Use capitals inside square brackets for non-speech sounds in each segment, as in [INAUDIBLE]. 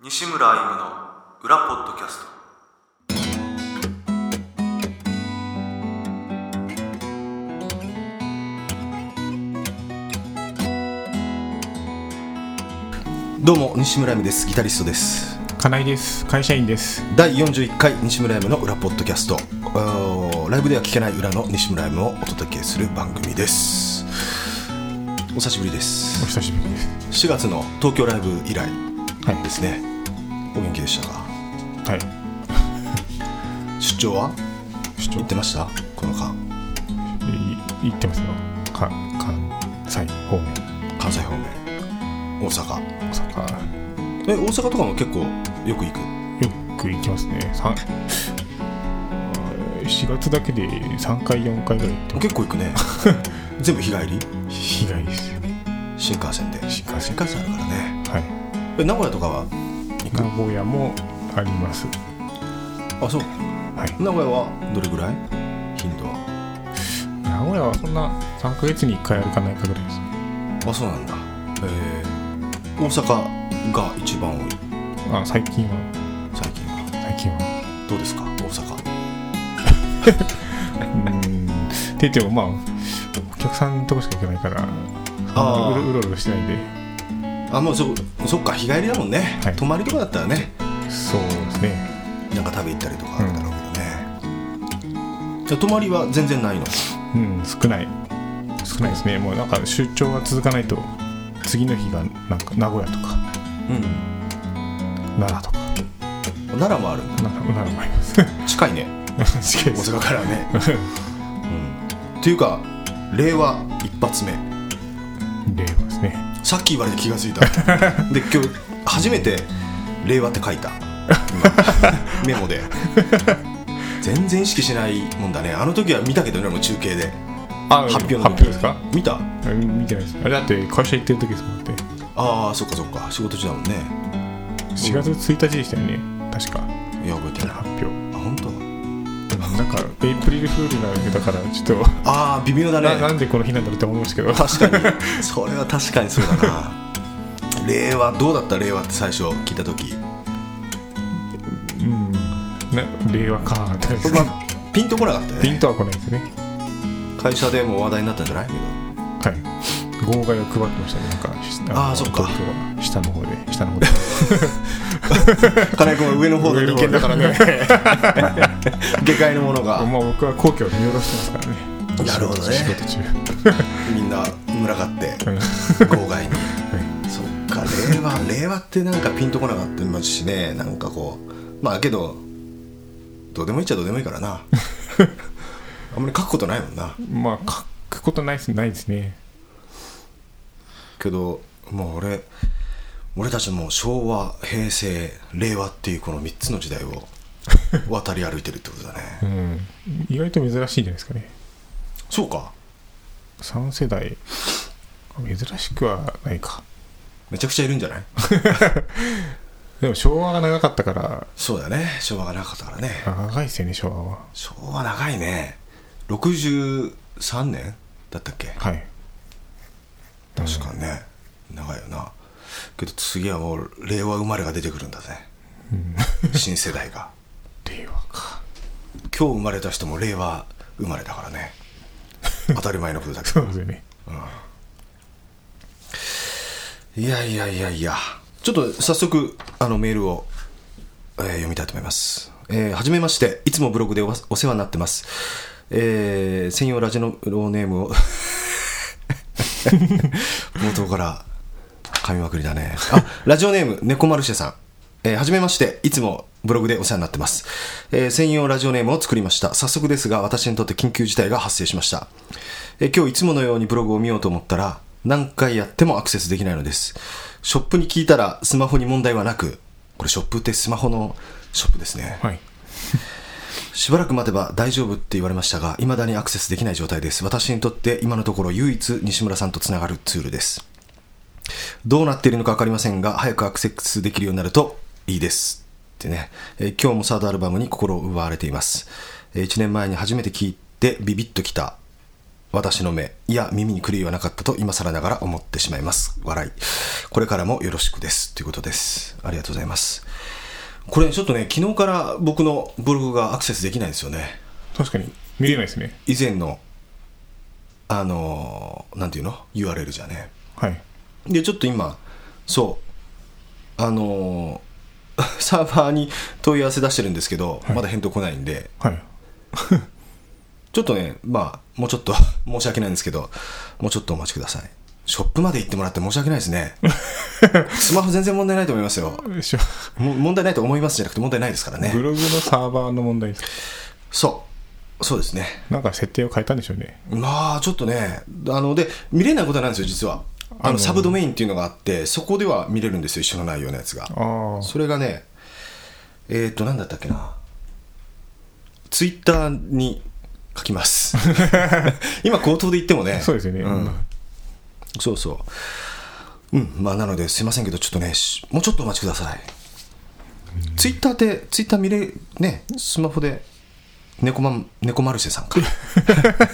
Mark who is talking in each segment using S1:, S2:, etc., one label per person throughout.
S1: 西村歩夢の裏ポッドキャスト
S2: どうも西村 M ですギタリストです
S3: 金井です会社員です
S2: 第41回西村 M の裏ポッドキャストおーライブでは聞けない裏の西村 M をお届けする番組ですお久しぶりで
S3: お
S2: す
S3: 久しぶりです
S2: 4月の東京ライブ以来
S3: はい
S2: ですねお元気でしたか
S3: はい
S2: 出張は
S3: 主張
S2: 行ってましたこの間
S3: い言ってますよか関西方面
S2: 関西方面大阪
S3: 大阪
S2: え大阪とかも結構よく行く
S3: よく行きますね三あー4月だけで3回4回ぐらい行ってます
S2: 結構行く
S3: [LAUGHS]
S2: ね全部日帰り
S3: 被害です
S2: 新幹線で
S3: 新幹線
S2: 新あるからね
S3: はい
S2: え名古屋とかは
S3: 名古屋もあります
S2: あそう
S3: はい
S2: 名古屋はどれぐらい頻度は
S3: 名古屋はそんな3ヶ月に1回あるかないかぐらいです
S2: あそうなんだえー、大阪が一番多い
S3: あ最近は
S2: 最近は
S3: 最近は
S2: どうですか大阪
S3: うーんって言ってもまあお客さんのとこしか行けないから
S2: あー
S3: うろうろうろしてないんで
S2: あもうそそっか日帰りだもんね、
S3: はい
S2: 泊まりとかだったらね
S3: そうですね。
S2: なんか食べ行ったりとかあるだろうけどね、じゃあ泊まりは全然ないの
S3: うん、少ない。少ないですね。もうなんか出張が続かないと、次の日がなんか名古屋とか
S2: うん
S3: 奈良とか、
S2: 奈良もあるんだ
S3: なんか奈良もあります。
S2: 近いね
S3: 近い
S2: 大
S3: です。
S2: 阪から [LAUGHS] ねうんっていうか令和一発目
S3: 令和ですね。
S2: さっき言われて気がつ
S3: [LAUGHS]
S2: いたで今日初めて「令和」って書いた今メモで全然意識しないもんだねあの時は見たけどねもう中継で
S3: あ
S2: 発表の
S3: 発表ですか
S2: 見た
S3: あ見てないです。あれだって会社行ってる時ですもんね。
S2: ああそっかそっか仕事中だもんね
S3: 4月1日でしたよね。確か、
S2: いや覚えて
S3: [LAUGHS]
S2: ないあ
S3: 発表。
S2: 本当
S3: なんか、エイプリルフールなんだから、ちょっ
S2: ああ微妙だ
S3: と、なな
S2: ね
S3: んでこの日なんだろうって思います
S2: [LAUGHS]
S3: けど、
S2: 確かにそれは確かにそうだな令和どうだった令和って最初聞いた時、
S3: [LAUGHS] うん、な令和かって感じです
S2: ま
S3: ね。
S2: あ、 [LAUGHS] ピンとこなかった
S3: ピ
S2: ね
S3: ンとは来ないですね。
S2: 会社でも話題になったんじゃないけど
S3: はい。号外を配ってましたね。なんか、し
S2: あー
S3: の
S2: そっか
S3: 東京は下の方で、下の方で。
S2: 金井君は上の方の人間だからね [LAUGHS] 下界のもの
S3: まあ
S2: が
S3: 僕は皇居を見下ろしてますからね。
S2: なるほどね
S3: 仕事中。
S2: みんな群がって
S3: うん
S2: 号外にそっか令和令和ってなんかピンとこなかったますしねなんかこうまあけどどうでもいいっちゃどうでもいいから [LAUGHS] なあんまり書くことないもんな
S3: まあ、書くことないですないですね。
S2: けどもう俺俺たちもう昭和平成令和っていうこの3つの時代 [LAUGHS] を渡り歩いてるってことだね
S3: うん。意外と珍しいんじゃないですかね。
S2: そうか
S3: 3世代。珍しくはないか。
S2: めちゃくちゃいるんじゃない
S3: でも昭和が長かったから、
S2: そうだね昭和がなかったからね
S3: 長いですよね、昭和は。
S2: 昭和長いね63年だったっけ
S3: はい。
S2: 確かね、長いよなけど次はもう令和生まれが出てくるんだぜ、新世代が
S3: [LAUGHS]
S2: [LAUGHS]
S3: 令和か。
S2: 今日生まれた人も令和生まれだからね当たり前のことだけ
S3: そ
S2: ど
S3: うですよね。
S2: [LAUGHS] いやいやいやいやちょっと早速あのメールを、えー読みたいと思いますえーはじめましていつもブログでおお世話になってますえー専用ラジオのローネームを冒頭から噛みまくりだねあラジオネーム猫マルシェさんえーはじめましていつもブログでお世話になってます、えー専用ラジオネームを作りました早速ですが私にとって緊急事態が発生しました、えー今日いつものようにブログを見ようと思ったら何回やってもアクセスできないのですショップに聞いたらスマホに問題はなくこれショップってスマホのショップですね
S3: はい。
S2: しばらく待てば大丈夫って言われましたが、未だにアクセスできない状態です。私にとって今のところ唯一西村さんとつながるツールです。どうなっているのか分かりませんが、早くアクセスできるようになるといいです。ってね、えー今日もサードアルバムに心を奪われています。え1年前に初めて聴いてビビッときた私の目いや耳に狂いはなかったと今更ながら思ってしまいます笑いこれからもよろしくですということですありがとうございますこれちょっとね昨日から僕のブログがアクセスできないんですよね
S3: 確かに見れないですね
S2: 以前のあのーなんていうの URL じゃね
S3: はい
S2: でちょっと今そうあのー [LAUGHS] サーバーに問い合わせ出してるんですけど、まだ返答来ないんで
S3: はい
S2: ちょっとねまあもうちょっと [LAUGHS] 申し訳ないんですけどもうちょっとお待ちくださいショップまで行ってもらって申し訳ないですねスマホ全然問題ないと思いますよ
S3: よいしょ
S2: も問題ないと思いますじゃなくて問題ないですから
S3: ブ
S2: ね
S3: ログのサーバーの問題です
S2: そうそうですね
S3: なんか設定を変えたんでしょうね
S2: まあちょっとねあので見れないことはないんですよ実はあ
S3: あ
S2: の
S3: の
S2: サブドメインっていうのがあってそこでは見れるんですよ一緒の内容のやつが
S3: ああ
S2: それがねえっ、ー、となんだったっけなツイッターに書きます
S3: [LAUGHS]
S2: 今口頭で言ってもね
S3: そうですよね、
S2: んそうそううんまあなのですいませんけどちょっとねしもうちょっとお待ちください、ツイッターってツイッター見れねスマホで猫まん猫マルシェさんか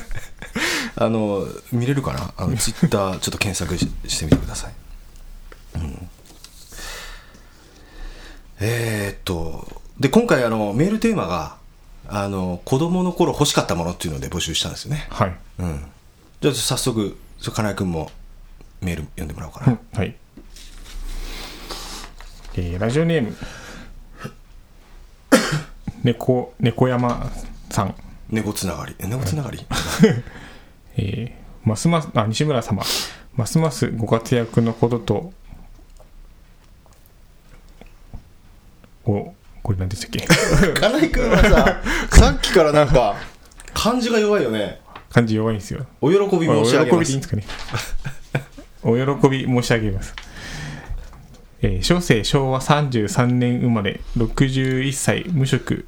S2: [LAUGHS] あの見れるかなあのツイッターちょっと検索ししてみてください、うんえーっとで今回あのメールテーマがあの子供の頃欲しかったものっていうので募集したんですよね
S3: はい、
S2: うん、じゃあ早速そ金井君もメール読んでもらおうかな、
S3: はい、えーラジオネーム [COUGHS] 猫猫山さん
S2: 猫つながりえ猫つながり
S3: えーますますあ西村様ますますご活躍のこととおこれ何でしたっけ
S2: [LAUGHS]
S3: [LAUGHS]
S2: 金井君はさ [LAUGHS] さっきからなんか漢字が弱いよね
S3: 漢字弱いんですよ
S2: お喜び
S3: お
S2: 申し上げ
S3: 喜び
S2: ま
S3: でいい
S2: す
S3: んですかねお喜び申し上げます、えー、小生昭和33年生まれ61歳無職、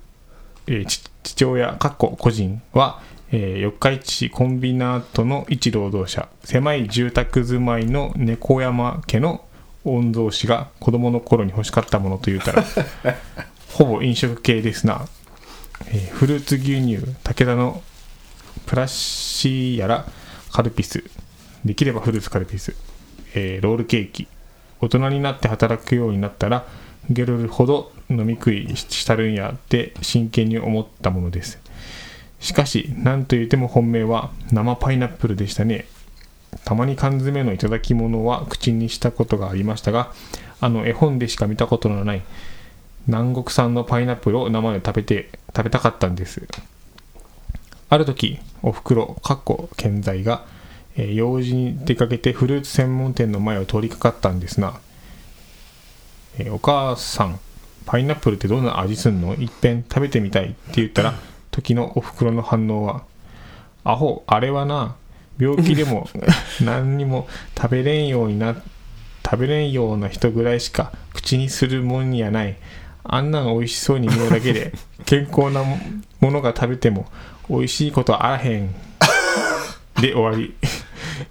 S3: えーち父親かっこ個人は、えー四日市コンビナートの一労働者狭い住宅住まいの猫山家の御曹司が子供の頃に欲しかったものという
S2: [LAUGHS]
S3: たらほぼ飲食系ですな、えーフルーツ牛乳武田のプラシーやらカルピスできればフルーツカルピス、えーロールケーキ大人になって働くようになったらゲロるほど飲み食いしたるんやって真剣に思ったものですしかし何と言っても本命は生パイナップルでしたねたまに缶詰の頂き物は口にしたことがありましたがあの絵本でしか見たことのない南国産のパイナップルを生で食べて食べたかったんですある時おふくろかっこ健在が、えー用事に出かけてフルーツ専門店の前を通りかかったんですが、えーお母さんパイナップルってどんな味すんのいっぺん食べてみたいって言ったら時のおふくろの反応は「アホあれはな病気で [LAUGHS] も何にも食べれんようにな食べれんような人ぐらいしか口にするもんやないあんなん美味しそうに見ようだけ [LAUGHS] で健康なもものが食べても美味しいことあらへ [LAUGHS] んで終わり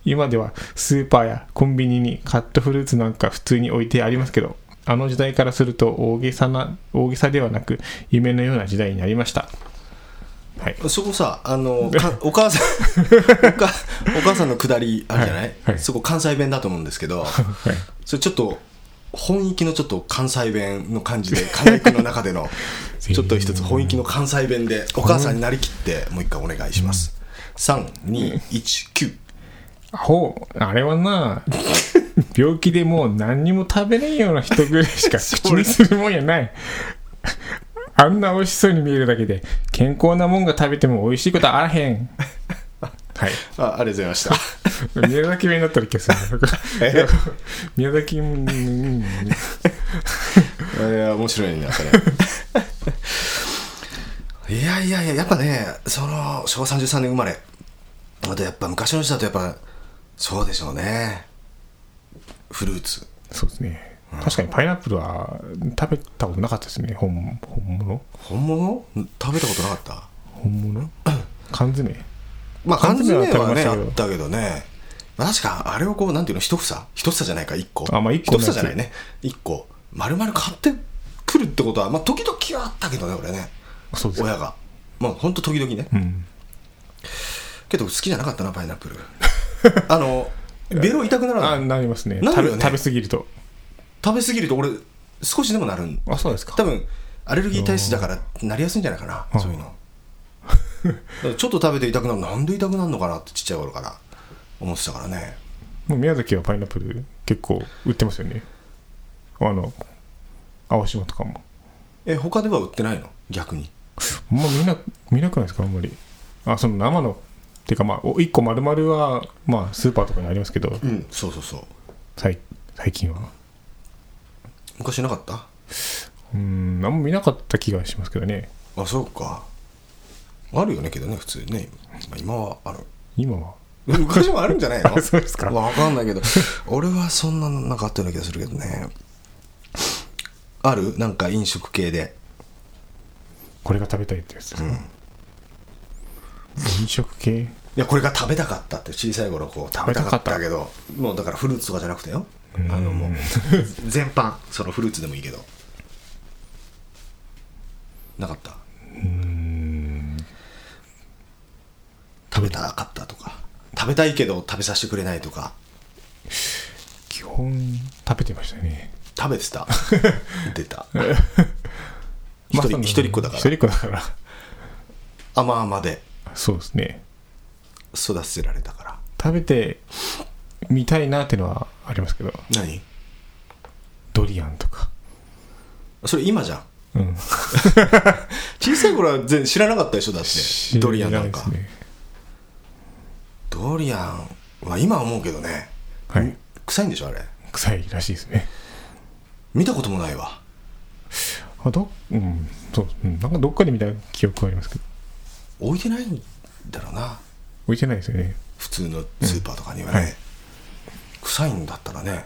S3: 今ではスーパーやコンビニにカットフルーツなんか普通に置いてありますけどあの時代からすると大げさな大げさではなく夢のような時代になりましたはい
S2: そこさあ [LAUGHS] のかお母さんおかお母さんのくだりあるじゃない、
S3: はいはい
S2: そこ関西弁だと思うんですけど
S3: はい
S2: それちょっと本域のちょっと関西弁の感じで金井君の中で [LAUGHS] のちょっと一つ本域の関西弁でお母さんになりきってもう一回お願いします3219
S3: アホあれはな病気でもう何にも食べれんような人ぐらいし [LAUGHS] か口にするもんやないあんな美味しそうに見えるだけで健康なもんが食べても美味しいことあらへんはい
S2: あありがとうございま [LAUGHS] した
S3: 宮崎弁だったらいけそう
S2: え
S3: [LAUGHS] 宮崎弁
S2: いや面白いねそれ [LAUGHS] いやいやいややっぱねその昭和33年生まれあとやっぱ昔の人だとやっぱそうでしょうねフルーツ
S3: そうですね確かにパイナップルは食べたことなかったですね本本物
S2: 本物ん食べたことなかった
S3: 本物缶詰
S2: まあ缶
S3: 缶
S2: 詰
S3: 詰は
S2: はねあ
S3: 食べ
S2: っ
S3: ました
S2: けどねまあ確かあれをこうなんていうの一房一房じゃないか一個
S3: あまあ一個の
S2: 一房
S3: やつ
S2: じゃないね一個丸々買ってくるってことはまあ時々はあったけどね俺ね
S3: そうです
S2: 親がまあほんと時々ね
S3: うん
S2: けど好きじゃなかったなパイナッ
S3: [LAUGHS]
S2: プルあのベロ痛くなら
S3: あ
S2: ない
S3: なりますね
S2: なるよね
S3: 食べ食べ過ぎると
S2: 食べ過ぎると俺少しでもなるん
S3: あそうですか
S2: 多分アレルギー体質だからなりやすいんじゃないかな
S3: うん
S2: そういうのだからちょっと食べて痛くなるなんで痛くなるのかなってちっちゃい頃から思ってたからね
S3: もう宮崎はパイナップル結構売ってますよねあの青島とかも
S2: え他では売ってないの逆に
S3: あんま見な見なくないですかあんまりあその生のてかまあお一個丸々はまあスーパーとかにありますけど
S2: うんそうそうそう
S3: 最最近は
S2: 昔なかった
S3: うんあんま見なかった気がしますけどね
S2: あそうかあるよねけどね普通ね、まあ、今はある [LAUGHS]
S3: 今は
S2: 昔もあるんじゃないの
S3: あ [LAUGHS] そうですか
S2: わかんないけど俺はそんななんかあったような気がするけどねあるなんか飲食系で
S3: これが食べたいってやつですか、飲食系
S2: いやこれが食べたかったって小さい頃こう食べたかったけどもうだからフルーツとかじゃなくてよあのもう全般そのフルーツでもいいけどなかった食べたかったとか食べたいけど食べさせてくれないとか
S3: 基本食べてましたね
S2: 食べて
S3: [LAUGHS]
S2: た出た一
S3: まあ
S2: 人
S3: その
S2: 一人っ子だから
S3: 一人っ子だから
S2: 甘々で
S3: そうですね
S2: 育てられたから
S3: 食べてみたいなってのはありますけど
S2: 何
S3: ドリアンとか
S2: それ今じゃん
S3: うん
S2: 小さい頃は全然知らなかったでしょだって [LAUGHS] ドリアンなんか
S3: 知らいですね
S2: ドリアンは今思うけどね
S3: はい
S2: 臭いんでしょあれ
S3: 臭いらしいですね
S2: 見たこともないわ
S3: あどうんそう、うん、なんかどっかで見た記憶はありますけど
S2: 置いてないんだろうな
S3: 置いてないですよね
S2: 普通のスーパーとかにはね、
S3: うんはい
S2: 臭いんだったらね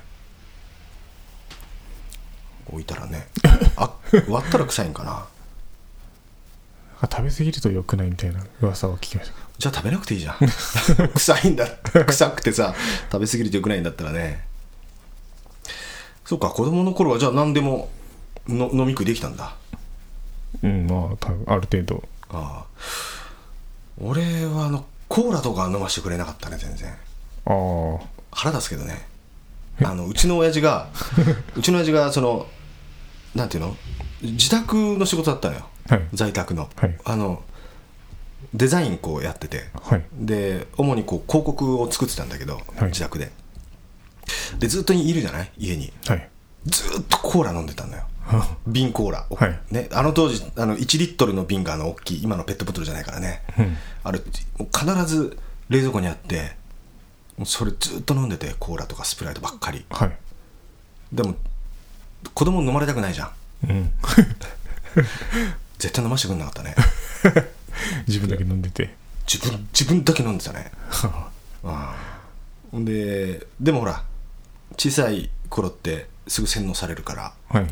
S2: 置いたらねあ割ったら臭いんかな
S3: あ食べ過ぎると良くないみたいな噂を聞きましたけど
S2: じゃあ食べなくていいじゃん臭いんだ臭くてさ食べ過ぎるとよくないんだったらねそうか子供の頃はじゃあ何でもの飲み食いできたんだ
S3: うんまあたある程度
S2: ああ俺はあのコーラとかは飲ましてくれなかったね全然
S3: ああ
S2: 腹立つけどねあのうちの親父
S3: [LAUGHS]
S2: がうちの親父がそのなんていうの自宅の仕事だったのよ
S3: はい
S2: 在宅の、
S3: はい
S2: あのデザインこうやってて
S3: はい
S2: で主にこう広告を作ってたんだけど、
S3: はい
S2: 自宅ででずっといるじゃない家に
S3: はい
S2: ずっとコーラ飲んでたんだよ
S3: [LAUGHS] あ
S2: 瓶コーラ、
S3: はい
S2: ね、あの当時あの1リットルの瓶があの大きい今のペットボトルじゃないからね、
S3: うん
S2: あるもう必ず冷蔵庫にあってもうそれずっと飲んでてコーラとかスプライトばっかり
S3: はい
S2: でも子供飲まれたくないじゃん
S3: うん [LAUGHS]
S2: 絶対飲ましてくんなかったね
S3: 自分だけ飲んでて [LAUGHS]
S2: 自分自分だけ飲んでたねああほんででもほら小さい頃ってすぐ洗脳されるから
S3: はい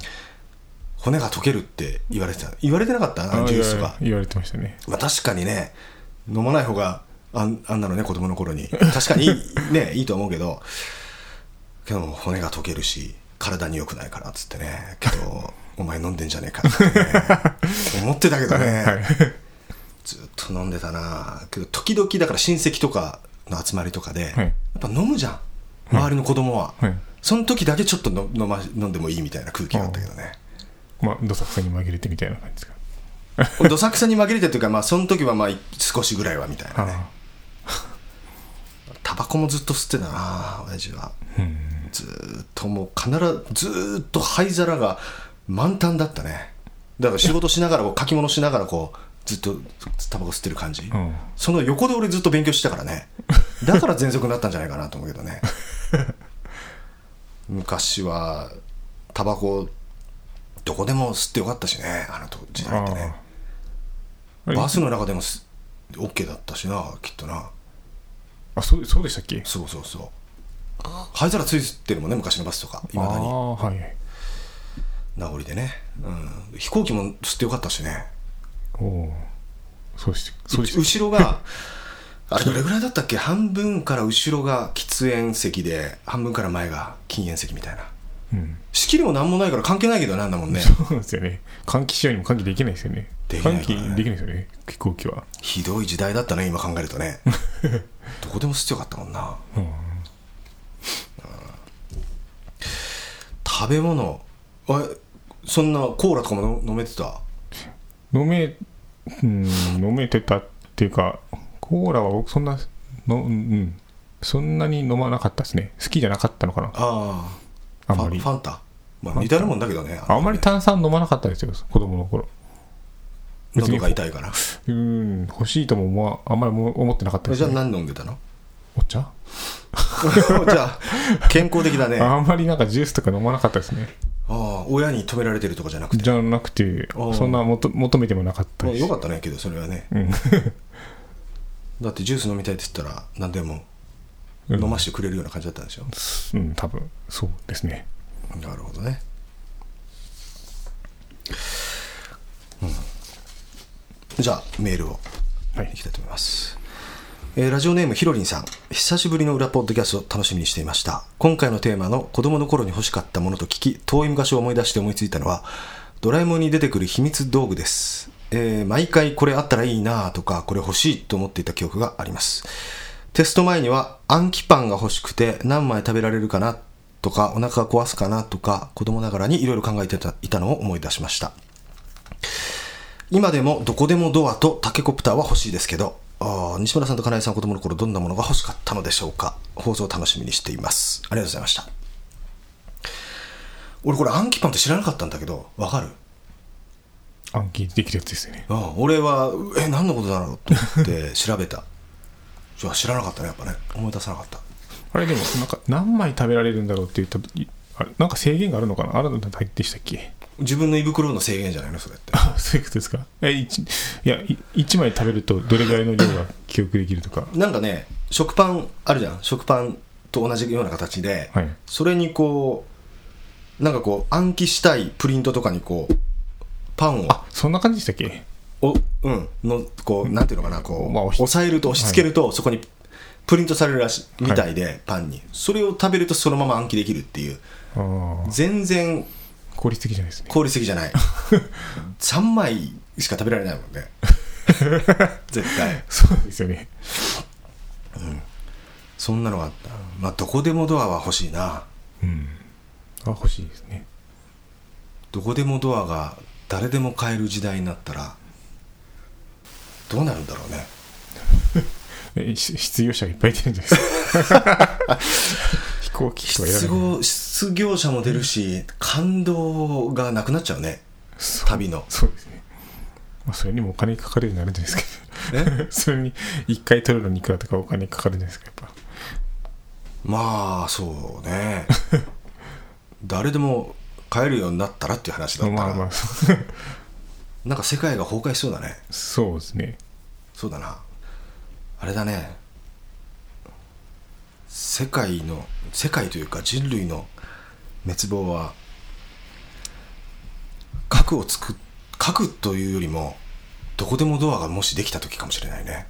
S2: 骨が溶けるって言われてた言われてなかったあのジュースとか
S3: あ言われ言われてましたね
S2: まあ、確かにね飲まない方があんあんなのね子供の頃に確かにね [LAUGHS] いいと思うけどけど骨が溶けるし体に良くないからっつってねけどお前飲んでんじゃねえかって、
S3: [LAUGHS]
S2: ね、思ってたけどね、
S3: はい [LAUGHS]
S2: ずっと飲んでたなけど時々だから親戚とかの集まりとかで、
S3: は
S2: や
S3: い
S2: っぱ飲むじゃん周りの子供は、
S3: はい
S2: その時だけちょっとの飲ま飲んでもいいみたいな空気があったけどね、
S3: まあどさくさに紛れてみたいな感じですか
S2: どさくさに紛れてというか、まあ、その時はまあ少しぐらいはみたいなね
S3: あ
S2: タバコもずっと吸ってたな親父は
S3: あうん
S2: ずーっともう必ずずーっと灰皿が満タンだったねだから仕事しながらこう書き物しながらこうずっとタバコ吸ってる感じ、
S3: うん
S2: その横で俺ずっと勉強してたからねだから喘息になったんじゃないかなと思うけど
S3: [LAUGHS]
S2: ね昔はタバコどこでも吸ってよかったしねあの時代ってね
S3: ああれ
S2: バスの中でもす OK だったしなきっとな
S3: あそうそうでしたっけ
S2: そうそうそう灰皿ついてるもんね昔のバスとかい
S3: あ
S2: まだに
S3: あはいはい
S2: 名残でね、うん、飛行機も吸ってよかったしね
S3: おおそうしてそうでした
S2: 後ろが [LAUGHS] あれどれぐらいだったっけ半分から後ろが喫煙席で半分から前が禁煙席みたいな
S3: うん
S2: 仕切りも何もないから関係ないけどなんだもんね
S3: そうなんですよね換気しようにも換気できないですよね
S2: でできない
S3: 換
S2: か
S3: 気
S2: らね
S3: できないですよね飛行機は
S2: ひどい時代だったね今考えると
S3: [LAUGHS]
S2: ねどこでも吸ってよかったもんな、うん食べ物あそんなコーラとかもの飲めてた
S3: 飲めうん飲めてたっていうかコーラは僕そんなのうんそんなに飲まなかったですね好きじゃなかったのかな
S2: ああ
S3: あんまり
S2: ファファンタ、まあ、似たようなもんだけどね
S3: あんまり炭酸飲まなかったですよ子供の頃別
S2: 喉
S3: に
S2: が痛いから
S3: うん欲しいとも思わあんまりも思ってなかった
S2: [LAUGHS]
S3: で
S2: じ
S3: す、
S2: ゃあ
S3: ね、
S2: 何飲んでたの
S3: お茶
S2: [LAUGHS] じゃあ健康的だねあ
S3: あんまりなんかジュースとか飲まなかったですね
S2: あ親に止められてるとかじゃなくて
S3: じゃなくて
S2: あー
S3: そんな求求めてもなかった
S2: まあ
S3: です
S2: よかったねけどそれはね、
S3: ん
S2: だってジュース飲みたいって言ったら何でも
S3: うん
S2: 飲ましてくれるような感じだったんでしょ、
S3: うん [LAUGHS] 多分そうですね
S2: なるほどね、うん、じゃあメールを
S3: はい
S2: いきたいと思います、えーラジオネームひろりんさん久しぶりの裏ポッドキャストを楽しみにしていました今回のテーマの子供の頃に欲しかったものと聞き遠い昔を思い出して思いついたのはドラえもんに出てくる秘密道具です、えー毎回これあったらいいなとかこれ欲しいと思っていた記憶がありますテスト前には暗記パンが欲しくて何枚食べられるかなとかお腹が壊すかなとか子供ながらにいろいろ考えてたいたのを思い出しました今でもどこでもドアとタケコプターは欲しいですけどあー西村さんと金井さんは子供の頃どんなものが欲しかったのでしょうか放送を楽しみにしていますありがとうございました俺これ暗記パンって知らなかったんだけどわかる
S3: 暗記できるやつですよね
S2: うん俺はえ何のことだろうと思って調べたじゃあ知らなかったねやっぱね思い出さなかった
S3: あれでもなんか何枚食べられるんだろうって言ったいあれなんか制限があるのかなあるんだでしたっけ [LAUGHS]
S2: 自分の胃袋の制限じゃないのそれって
S3: あそういうことですかえ一いやい1枚食べるとどれぐらいの量が記憶できるとか
S2: なんかね食パンあるじゃん食パンと同じような形で、
S3: はい
S2: それにこうなんかこう暗記したいプリントとかにこうパンを
S3: あそんな感じでしたっけ
S2: おうんのこうなんていうのかなこう、
S3: まあ押し
S2: 押さえると押し付けると、そこにプリントされるらしい
S3: はい
S2: みたいで、パンにそれを食べるとそのまま暗記できるっていう
S3: あー
S2: 全然
S3: 効率的じゃないですね
S2: 効率的じ
S3: [LAUGHS]
S2: ゃない3枚しか食べられないもんね絶対
S3: そうですよね
S2: そんなのがあったまあどこでもドアは欲しいな
S3: うんあ欲しいですね
S2: どこでもドアが誰でも買える時代になったらどうなるんだろうね
S3: えし失業者がいっぱい出るんじゃないですか [LAUGHS] 飛行機とかいら
S2: 失
S3: ない
S2: 業失業者も出るし感動がなくなっちゃうね
S3: そう
S2: 旅の
S3: そうですね、まあ、それにもお金かかるようになるんじゃないです [LAUGHS]
S2: え
S3: かそれに1回取るのにいくらとかお金かかるんじゃないですかやっぱ
S2: まあそう
S3: [LAUGHS]
S2: ね誰でも買えるようになったらっていう話だったら、
S3: まあまあそう
S2: なんか世界が崩壊しそうだね
S3: そうですね
S2: そうだなあれだね世界の世界というか人類の滅亡は核を作っ核というよりもどこでもドアがもしできた時かもしれないね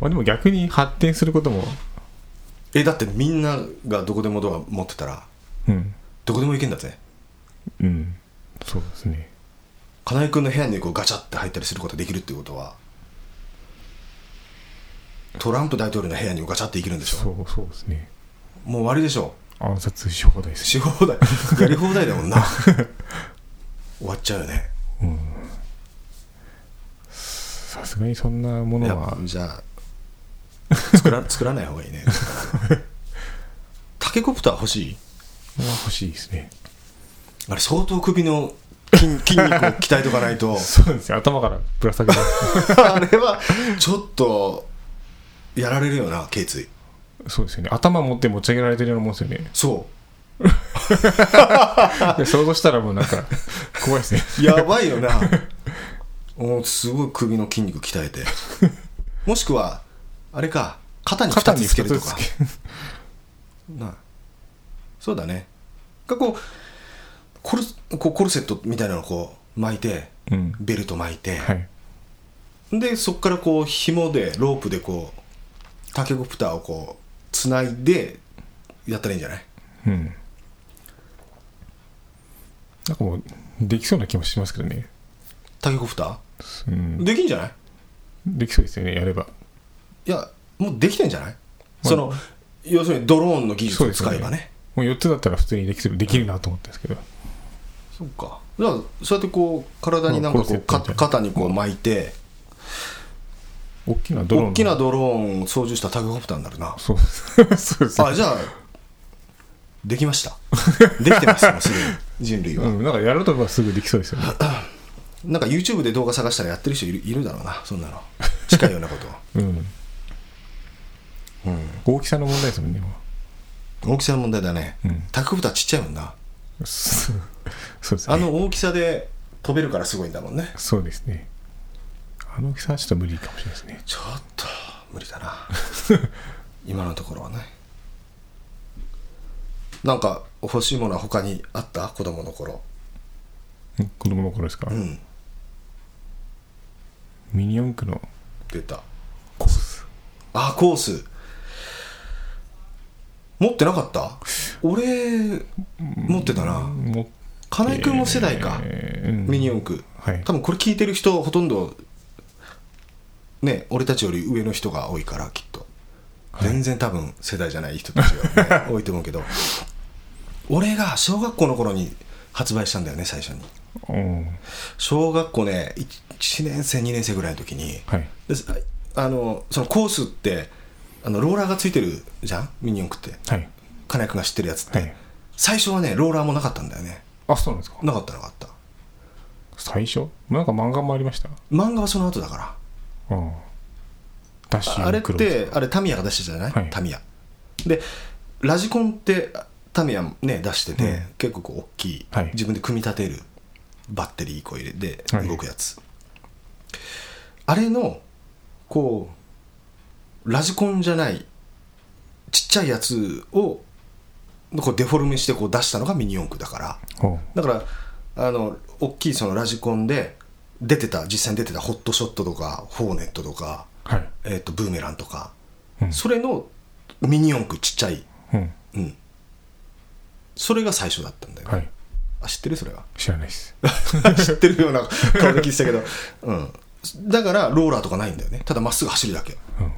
S3: まあ、でも逆に発展することも、
S2: えだってみんながどこでもドア持ってたら
S3: うん、
S2: どこでも行けんだぜ
S3: うん、そうですね。
S2: 金井君の部屋にこうガチャって入ったりすることができるっていうことはトランプ大統領の部屋にガチャって行けるんでしょ
S3: そう、そうですね。
S2: もう終わりでしょ
S3: 暗殺し放題です
S2: し放題やり放題だもんな終わっちゃうよね
S3: さすがにそんなもの
S2: やっぱ
S3: は、
S2: じゃあ作ら作らない方がいいねタケコプター欲しい
S3: まあ欲しいですね。
S2: あれ相当首の筋筋肉を鍛えとかないと
S3: そうですね。頭からぶら下げら
S2: [LAUGHS]
S3: れ
S2: あれはちょっとやられるよな頸椎
S3: て [LAUGHS] そうですよね。頭持って持ち上げられてるようなもんですよね。
S2: そ
S3: で想像したらもうなんか、怖いですね。
S2: うやばいよなおすごい首の筋肉鍛えてもしくはあれか肩に2
S3: 肩
S2: つ
S3: に
S2: つけ
S3: 二
S2: ると
S3: つ
S2: か
S3: つけ
S2: なあそうだねがこうコルこうコルセットみたいなのをこう巻いて
S3: うん。
S2: ベルト巻いて、
S3: はい。
S2: でそこからこう紐でロープでこうタケコプターをこうつないでやったらいいんじゃない
S3: うん。なんかもうできそうな気もしますけどね、
S2: タケコプタ
S3: うん
S2: ー、できんじゃない
S3: できそうですよねやれば
S2: いやもうできてんじゃない、その要するにドローンの技術を使えばね
S3: もう4つだったら普通にできそうできるなと思ったんですけど、
S2: そうかだからそうやってこう体になんかこう
S3: まあコルセットみた
S2: か
S3: いな
S2: 肩にこう巻いて、
S3: 大きなドローンの
S2: 大きなドローンを操縦したタケコプターになるな
S3: そうそうですね
S2: あじゃあできましたできてます
S3: [LAUGHS]
S2: もうすでに人類は、
S3: うん、なんかやろうと思えばすぐできそうですよね。
S2: なんか YouTube で動画探したらやってる人いるいるだろうなそんなの近いような
S3: [LAUGHS]
S2: ことは
S3: うん。大きさの問題ですもんね、も
S2: 大きさの問題だね、
S3: うん
S2: タケコプターちっちゃいもんな
S3: うそうですね。
S2: あの大きさで飛べるからすごいんだもんね
S3: そうですね。あの大きさはちょっと無理かもしれないですね。
S2: ちょっと無理だ
S3: [LAUGHS]
S2: な今のところはねなんか欲しいものは他にあった子供の頃
S3: うん子供の頃ですか、
S2: うん
S3: ミニ四駆の
S2: 出た
S3: コース。
S2: あコース持ってなかった俺持ってたな
S3: もう
S2: 金井君も世代か、
S3: えーうん
S2: ミニ四駆、
S3: はい
S2: 多分これ聞いてる人ほとんどね俺たちより上の人が多いからきっと全然多分世代じゃない人たちが、
S3: [LAUGHS]
S2: ね多いと思うけど俺が小学校の頃に発売したんだよね最初に
S3: うん。
S2: 小学校ね1年生2年生ぐらいの時に、
S3: はい。
S2: ですあのそのコースってあのローラーがついてるじゃんミニ四駆って
S3: はい。
S2: 金井君が知ってるやつって、
S3: はい。
S2: 最初はねローラーもなかったんだよね
S3: あ、そうなんですか。
S2: なかったなかった
S3: 最初なんか漫画もありました。
S2: 漫画はその後だから
S3: うん。ダッシュ
S2: ああれっ
S3: クローズ
S2: てあれタミヤが出してたじゃない、
S3: はい
S2: タミヤでラジコンってタミヤね出してて、
S3: うん
S2: 結構こう大きい、
S3: はい
S2: 自分で組み立てるバッテリーコイルで
S3: はい
S2: 動くやつ、あれのこうラジコンじゃないちっちゃいやつをこうデフォルメしてこう出したのがミニ四駆だから
S3: ほ
S2: だからあの大きいそのラジコンで出てた実際に出てたホットショットとかホーネットとか
S3: うはい。
S2: えー、とブーメランとか、
S3: うん
S2: それのミニ四駆ちっちゃい、
S3: うん。
S2: うん、それが最初だったんだよ、
S3: はい。
S2: あ知ってるそれは [LAUGHS]
S3: 知らないです。
S2: 知ってるような顔で聞いてたけ
S3: [LAUGHS]
S2: ど、うん、だからローラーとかないんだよねただまっすぐ走るだけ
S3: うん。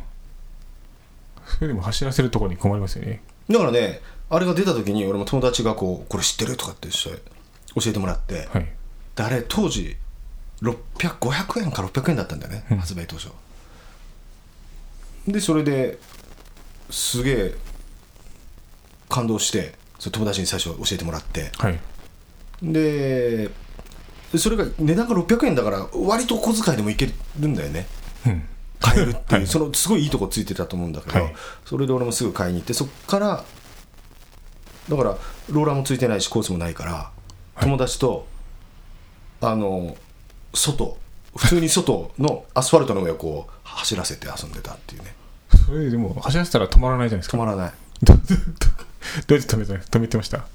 S3: それでも走らせるところに困りますよね。
S2: だからねあれが出た時に俺も友達がこう「これ知ってる?」とかってして教えてもらって、
S3: はい。
S2: であれ当時500円か600円だったんだよね、
S3: うん
S2: 発売当初でそれですげえ感動してそれ友達に最初教えてもらって
S3: はい。
S2: でそれが値段が600円だから割とお小遣いでもいけるんだよね
S3: うん。
S2: 買えるっていう、
S3: はい
S2: そのすごいいいとこついてたと思うんだけど、
S3: はい
S2: それで俺もすぐ買いに行ってそっからだからローラーもついてないしコースもないから友達と、あの外普通に外のアスファルトの上をこう走らせて遊んでたっていうね
S3: それでも走らせたら止まらないじゃないです
S2: 止
S3: か。
S2: まらない
S3: どどどうやって止めた止めてました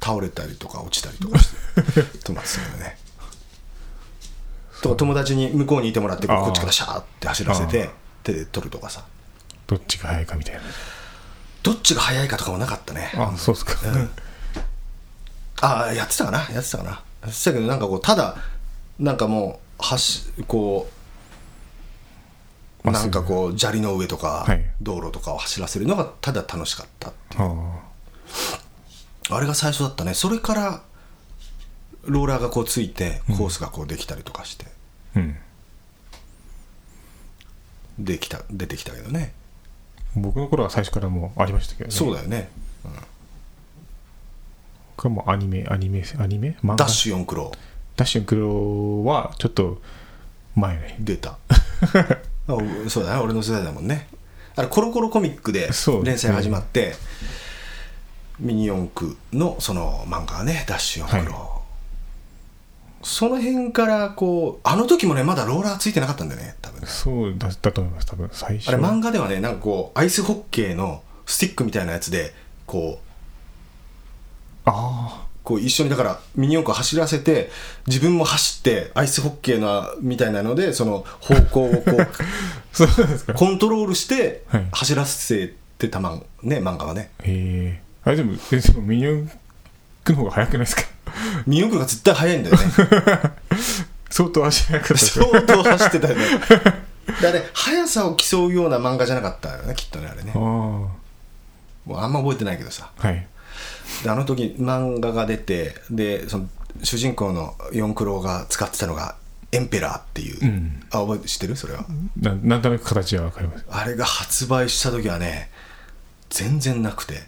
S2: 倒れたりとか落ちたりとかして
S3: [LAUGHS]
S2: 止まってたよねとか友達に向こうにいてもらってこ
S3: あー
S2: うこっちからシャーって走らせ
S3: あー
S2: て手で取るとかさ
S3: どっちが速いかみたいな。
S2: どっちが速いかとかもなかったね
S3: あ、そうですか。
S2: ああやってたかなやってたかなやってたけどなんかこうただなんかもう橋こう
S3: まっ
S2: な
S3: す
S2: ん
S3: ぐ
S2: かこう砂利の上とか、
S3: はい
S2: 道路とかを走らせるのがただ楽しかった
S3: あ
S2: あれが最初だったねそれからローラーがこうついてコースがこうできたりとかして、
S3: あ。うん。
S2: できた出てきたけどね
S3: 僕の頃は最初からもうありましたけどね。
S2: そう
S3: だ。
S2: だよね
S3: これもアニメ、アニメ、アニメ漫画
S2: ダッシュ4クロ
S3: ダッシュクローはちょっと前ね。
S2: 出た [LAUGHS] あそうだね俺の世代だもんねあれコロコロコミックで
S3: そう
S2: 連載始まって、ミニ四駆のその漫画がね「ダッシュ四駆郎」その辺からこうあの時もねまだローラーついてなかったんだよね多分ね
S3: そうだったと思います、多分最初。
S2: あれ漫画ではねなんかこうアイスホッケーのスティックみたいなやつでこう
S3: あ
S2: こう一緒にだからミニ四駆走らせて自分も走ってアイスホッケーのみたいなのでその方向をこう
S3: あ。 [LAUGHS] そうなんですか。
S2: コントロールして
S3: はい
S2: 走らせてた漫,、ね、漫画はね
S3: へえ。あれでも、えでもミニオンの方が速くないですか [LAUGHS]
S2: ミヨクが絶対速いんだよね
S3: 相当足早くですよ
S2: 相当走ってたよねだね速さを競うような漫画じゃなかったよねきっとねあれね
S3: ああ
S2: もうあんま覚えてないけどさ
S3: はい
S2: であの時漫画が出てでその主人公の四九郎が使ってたのがエンペラーっていう、
S3: うん
S2: あ覚えて知ってるそれは、
S3: ななんとなく形はわかります
S2: あれが発売した時はね全然なくて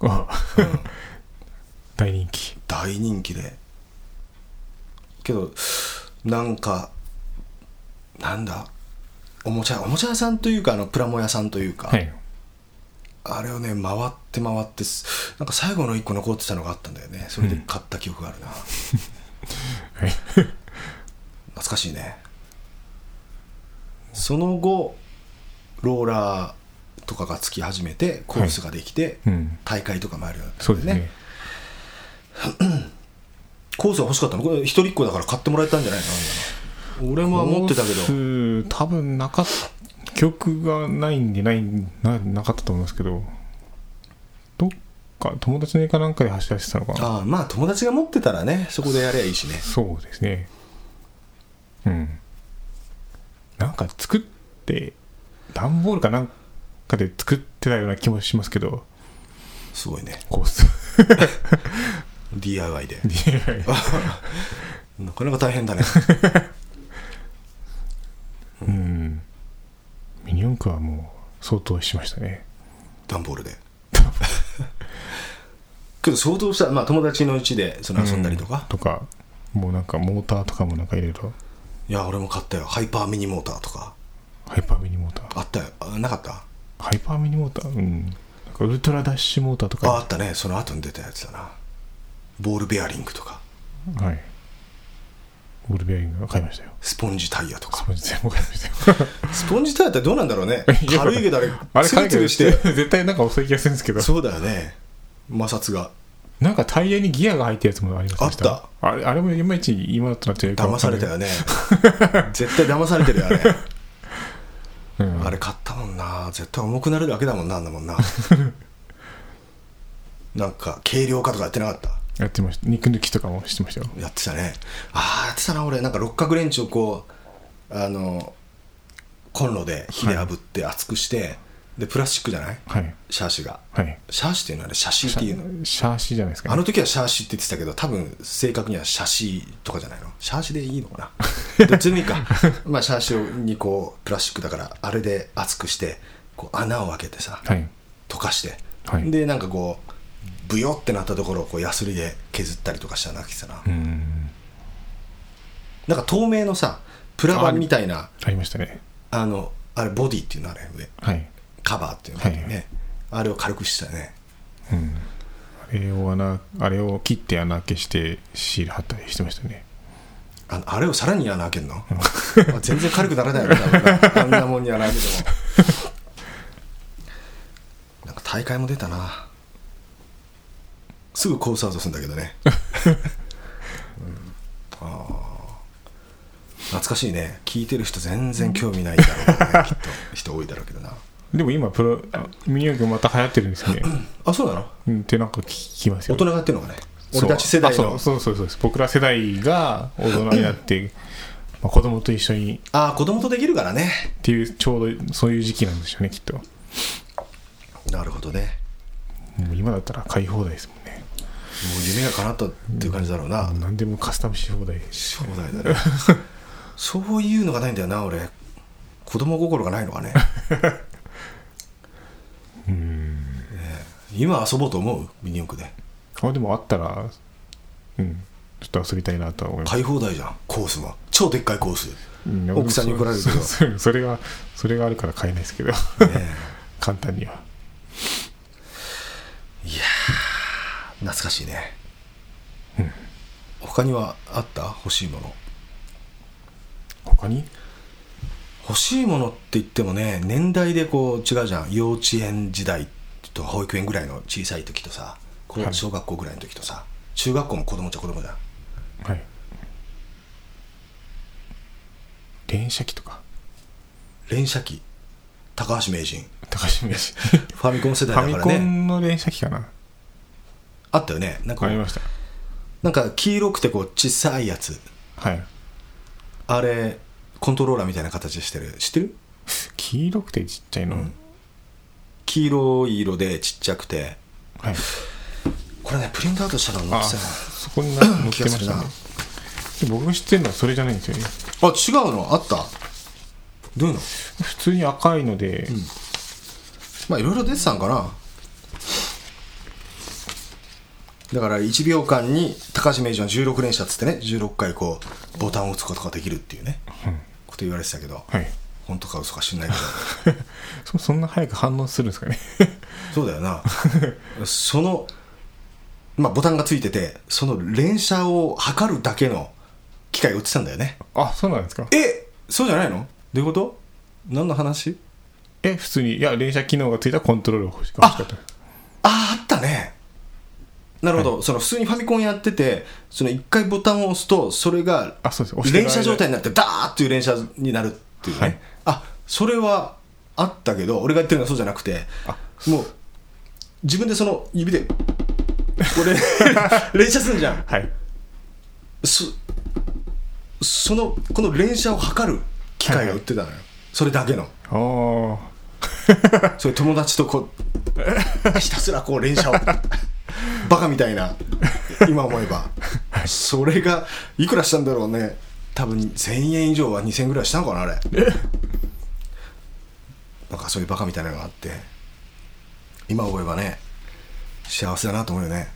S3: あ [LAUGHS] 大人気
S2: 大人気でけどなんかなんだおもちゃおもちゃ屋さんというかあのプラモ屋さんというか、
S3: はい
S2: あれをね回って回ってすなんか最後の1個残ってたのがあったんだよねそれで買った記憶があるな、[LAUGHS]
S3: [LAUGHS] はい
S2: 懐かしいねその後ローラーとかがつき始めてコースができて、
S3: うん
S2: 大会とかもあるようになった
S3: そ
S2: ん
S3: う
S2: だ
S3: で
S2: よ
S3: すね
S2: コースは欲しかったのこれ一人っ子だから買ってもらえたんじゃないかな俺もは持ってたけど
S3: コース多分なかっ記憶がないんでないななかったと思いますけどどっか友達の家かなんかで走らせてたのかな
S2: ああまあ友達が持ってたらねそこでやりゃいいしね
S3: そうですねうんなんか作って段ボールかなんかで作ってたような気もしますけど
S2: すごいね
S3: コース
S2: DIY で
S3: いやいやいや
S2: なかなか大変だね
S3: うん [LAUGHS] ミニ四駆はもう相当しましたね
S2: 段 [LAUGHS] ボールでけど相当した、まあ、友達のうちでその遊んだりとか、
S3: とかもうなんかモーターとかもなんかいろいろ
S2: いや俺も買ったよハイパーミニモーターとか
S3: ハイパーミニモーター
S2: あったよあなかった
S3: ハイパーミニモーターうんなんかウルトラダッシュモーターと
S2: ああ
S3: か
S2: ったねその後に出たやつだなボールベアリングとか
S3: はいボールベアリング買いましたよ
S2: スポンジタイヤと
S3: ス
S2: か
S3: ポンジ全部買い
S2: [LAUGHS]
S3: ましたよ
S2: スポンジタイヤってどうなんだろうね軽 [LAUGHS] いけどあれ
S3: あれ
S2: ツル
S3: 買
S2: ツル
S3: し
S2: してて
S3: [LAUGHS] 絶対なんか遅い気がするんですけど
S2: そうだよね摩擦が
S3: なんかタイヤにギアが入ったやつもありませんでした
S2: あっ
S3: あれあれもいまいち今となって
S2: 騙されたよね絶対騙されてるよあれ
S3: うん
S2: あれ買ったもんな絶対重くなるだけだもんなあんだもんななんか軽量化とかやってなかった
S3: やってました肉抜きとかもしてましたよ
S2: やってたねああやってたな俺なんか六角レンチをこうあのコンロで火で炙って熱くして、でプラスチックじゃない
S3: はい
S2: シャーシが
S3: はい
S2: シャーシっていうのはねシャシーっていうの
S3: シャーシじゃないですかね、
S2: あの時はシャーシって言ってたけど多分正確にはシャシとかじゃないのシャーシでいいのか
S3: [LAUGHS]
S2: などっちでもいいかまあシャーシにこうプラスチックだからあれで熱くしてこう穴を開けてさ、
S3: はい
S2: 溶かして、
S3: はい
S2: でなんかこうブヨってなったところをこうヤスリで削ったりとかしたなきてたな、
S3: うん
S2: なんか透明のさプラ板みたいな
S3: ありましたね
S2: あのあれボディっていうのあれ上
S3: はい
S2: カバーっていうのあれね、
S3: はいは
S2: あれを軽くしてたね
S3: うんあれを穴あれを切って穴開けしてシール貼ったりしてましたね
S2: あのあれをさらに穴開けるの [LAUGHS] あ全然軽くならないよね多分なあんなもんに穴開けてもなんか大会も出たなすぐコースアウトするんだけどね、うんあー懐かしいね聞いてる人全然興味ないだろうからねきっと人多いだろうけどな
S3: でも今プロあミニ四駆また流行ってるんですよ
S2: [CLEARS THROAT]
S3: ね
S2: あそうなの
S3: うんってなんか聞きます
S2: 大
S3: よ
S2: 人がやってるのかね
S3: そう
S2: 俺たち世代
S3: あ
S2: の
S3: そうそうそうそうです僕ら世代が大人になって
S2: [CLEARS THROAT]
S3: まあ子供と一緒に
S2: ああ子供とできるからね
S3: っていうちょうどそういう時期なんですよねきっとも
S2: なるほどね
S3: う今だったら買い放題ですもんね
S2: もう夢が叶ったっていう感じだろうな、
S3: あ何でもカスタムし放題し
S2: 兄弟だね [LAUGHS] そういうのがないんだよな俺子供心がないのか
S3: [LAUGHS]
S2: ねねえ今遊ぼうと思うミニ四駆で
S3: あでもあったらうんちょっと遊びたいなとは思います
S2: 買い放題じゃんコースも超でっかいコース、ね
S3: うん
S2: 奥さんに怒られるけど
S3: そうそうそれがそれがあるから買えないですけど [LAUGHS] 簡単には
S2: え懐かしいね、他にはあった欲しいもの
S3: 他に
S2: 欲しいものって言ってもね年代でこう違うじゃん幼稚園時代と保育園ぐらいの小さい時とさこう
S3: はい
S2: 小学校ぐらいの時とさ、中学校も子供っちゃ子供じゃん
S3: はい連射機とか
S2: 連射機高橋名人
S3: 高橋名 [LAUGHS] 人
S2: ファミコン世
S3: ファ
S2: 代
S3: ミ
S2: だか
S3: コ
S2: らね
S3: ンの連射機かな
S2: あったよねなんか
S3: ありました
S2: なんか黄色くてこう小さいやつ
S3: はい
S2: あれコントローラーみたいな形してる知ってる
S3: 黄色くてちっちゃいの、
S2: 黄色い色でちっちゃくて
S3: はい
S2: これねプリントアウトしたの載
S3: あ
S2: ってたよ
S3: そこ [COUGHS] にな載ってま
S2: 気
S3: した
S2: が
S3: ねで僕が知ってるのはそれじゃないんですよね
S2: あ違うのあったどういうの
S3: 普通に赤いので、
S2: まあいろいろ出てたんかなだから1秒間に高橋名人は16連射っつってね16回こうボタンを打つことができるっていうね、こと言われてたけど、
S3: はい
S2: 本当か嘘か知んないけど [LAUGHS]
S3: そそんな早く反応するんです [LAUGHS] かね
S2: そうだよなそのまあボタンがついててその連射を測るだけの機械を打ってたんだよね
S3: あそうなんですか
S2: えそうじゃないのどういうこと何の話
S3: え普通にいや連射機能がついたコントロールが欲しが欲しかった
S2: あーあったねなるほど、その普通にファミコンやっててその1回ボタンを押すとそれが
S3: あそうです押してる
S2: 連
S3: 間
S2: 射状態になってダーッという連射になるっていうね、
S3: はい
S2: あそれはあったけど俺が言ってるのはそうじゃなくて
S3: あ
S2: もう自分でその指でこ
S3: [LAUGHS]
S2: れ連射するじゃん
S3: はい
S2: そそのこの連射を測る機械が売ってたのよ、それだけの
S3: あー
S2: [LAUGHS] それ友達とこうひたすらこう連射をバカみたいな今思えば、それがいくらしたんだろうね多分1000円以上は2000円ぐらいしたのかなあれなんかそういうバカみたいなのがあって今思えばね幸せだなと思うよ
S3: [LAUGHS]
S2: ね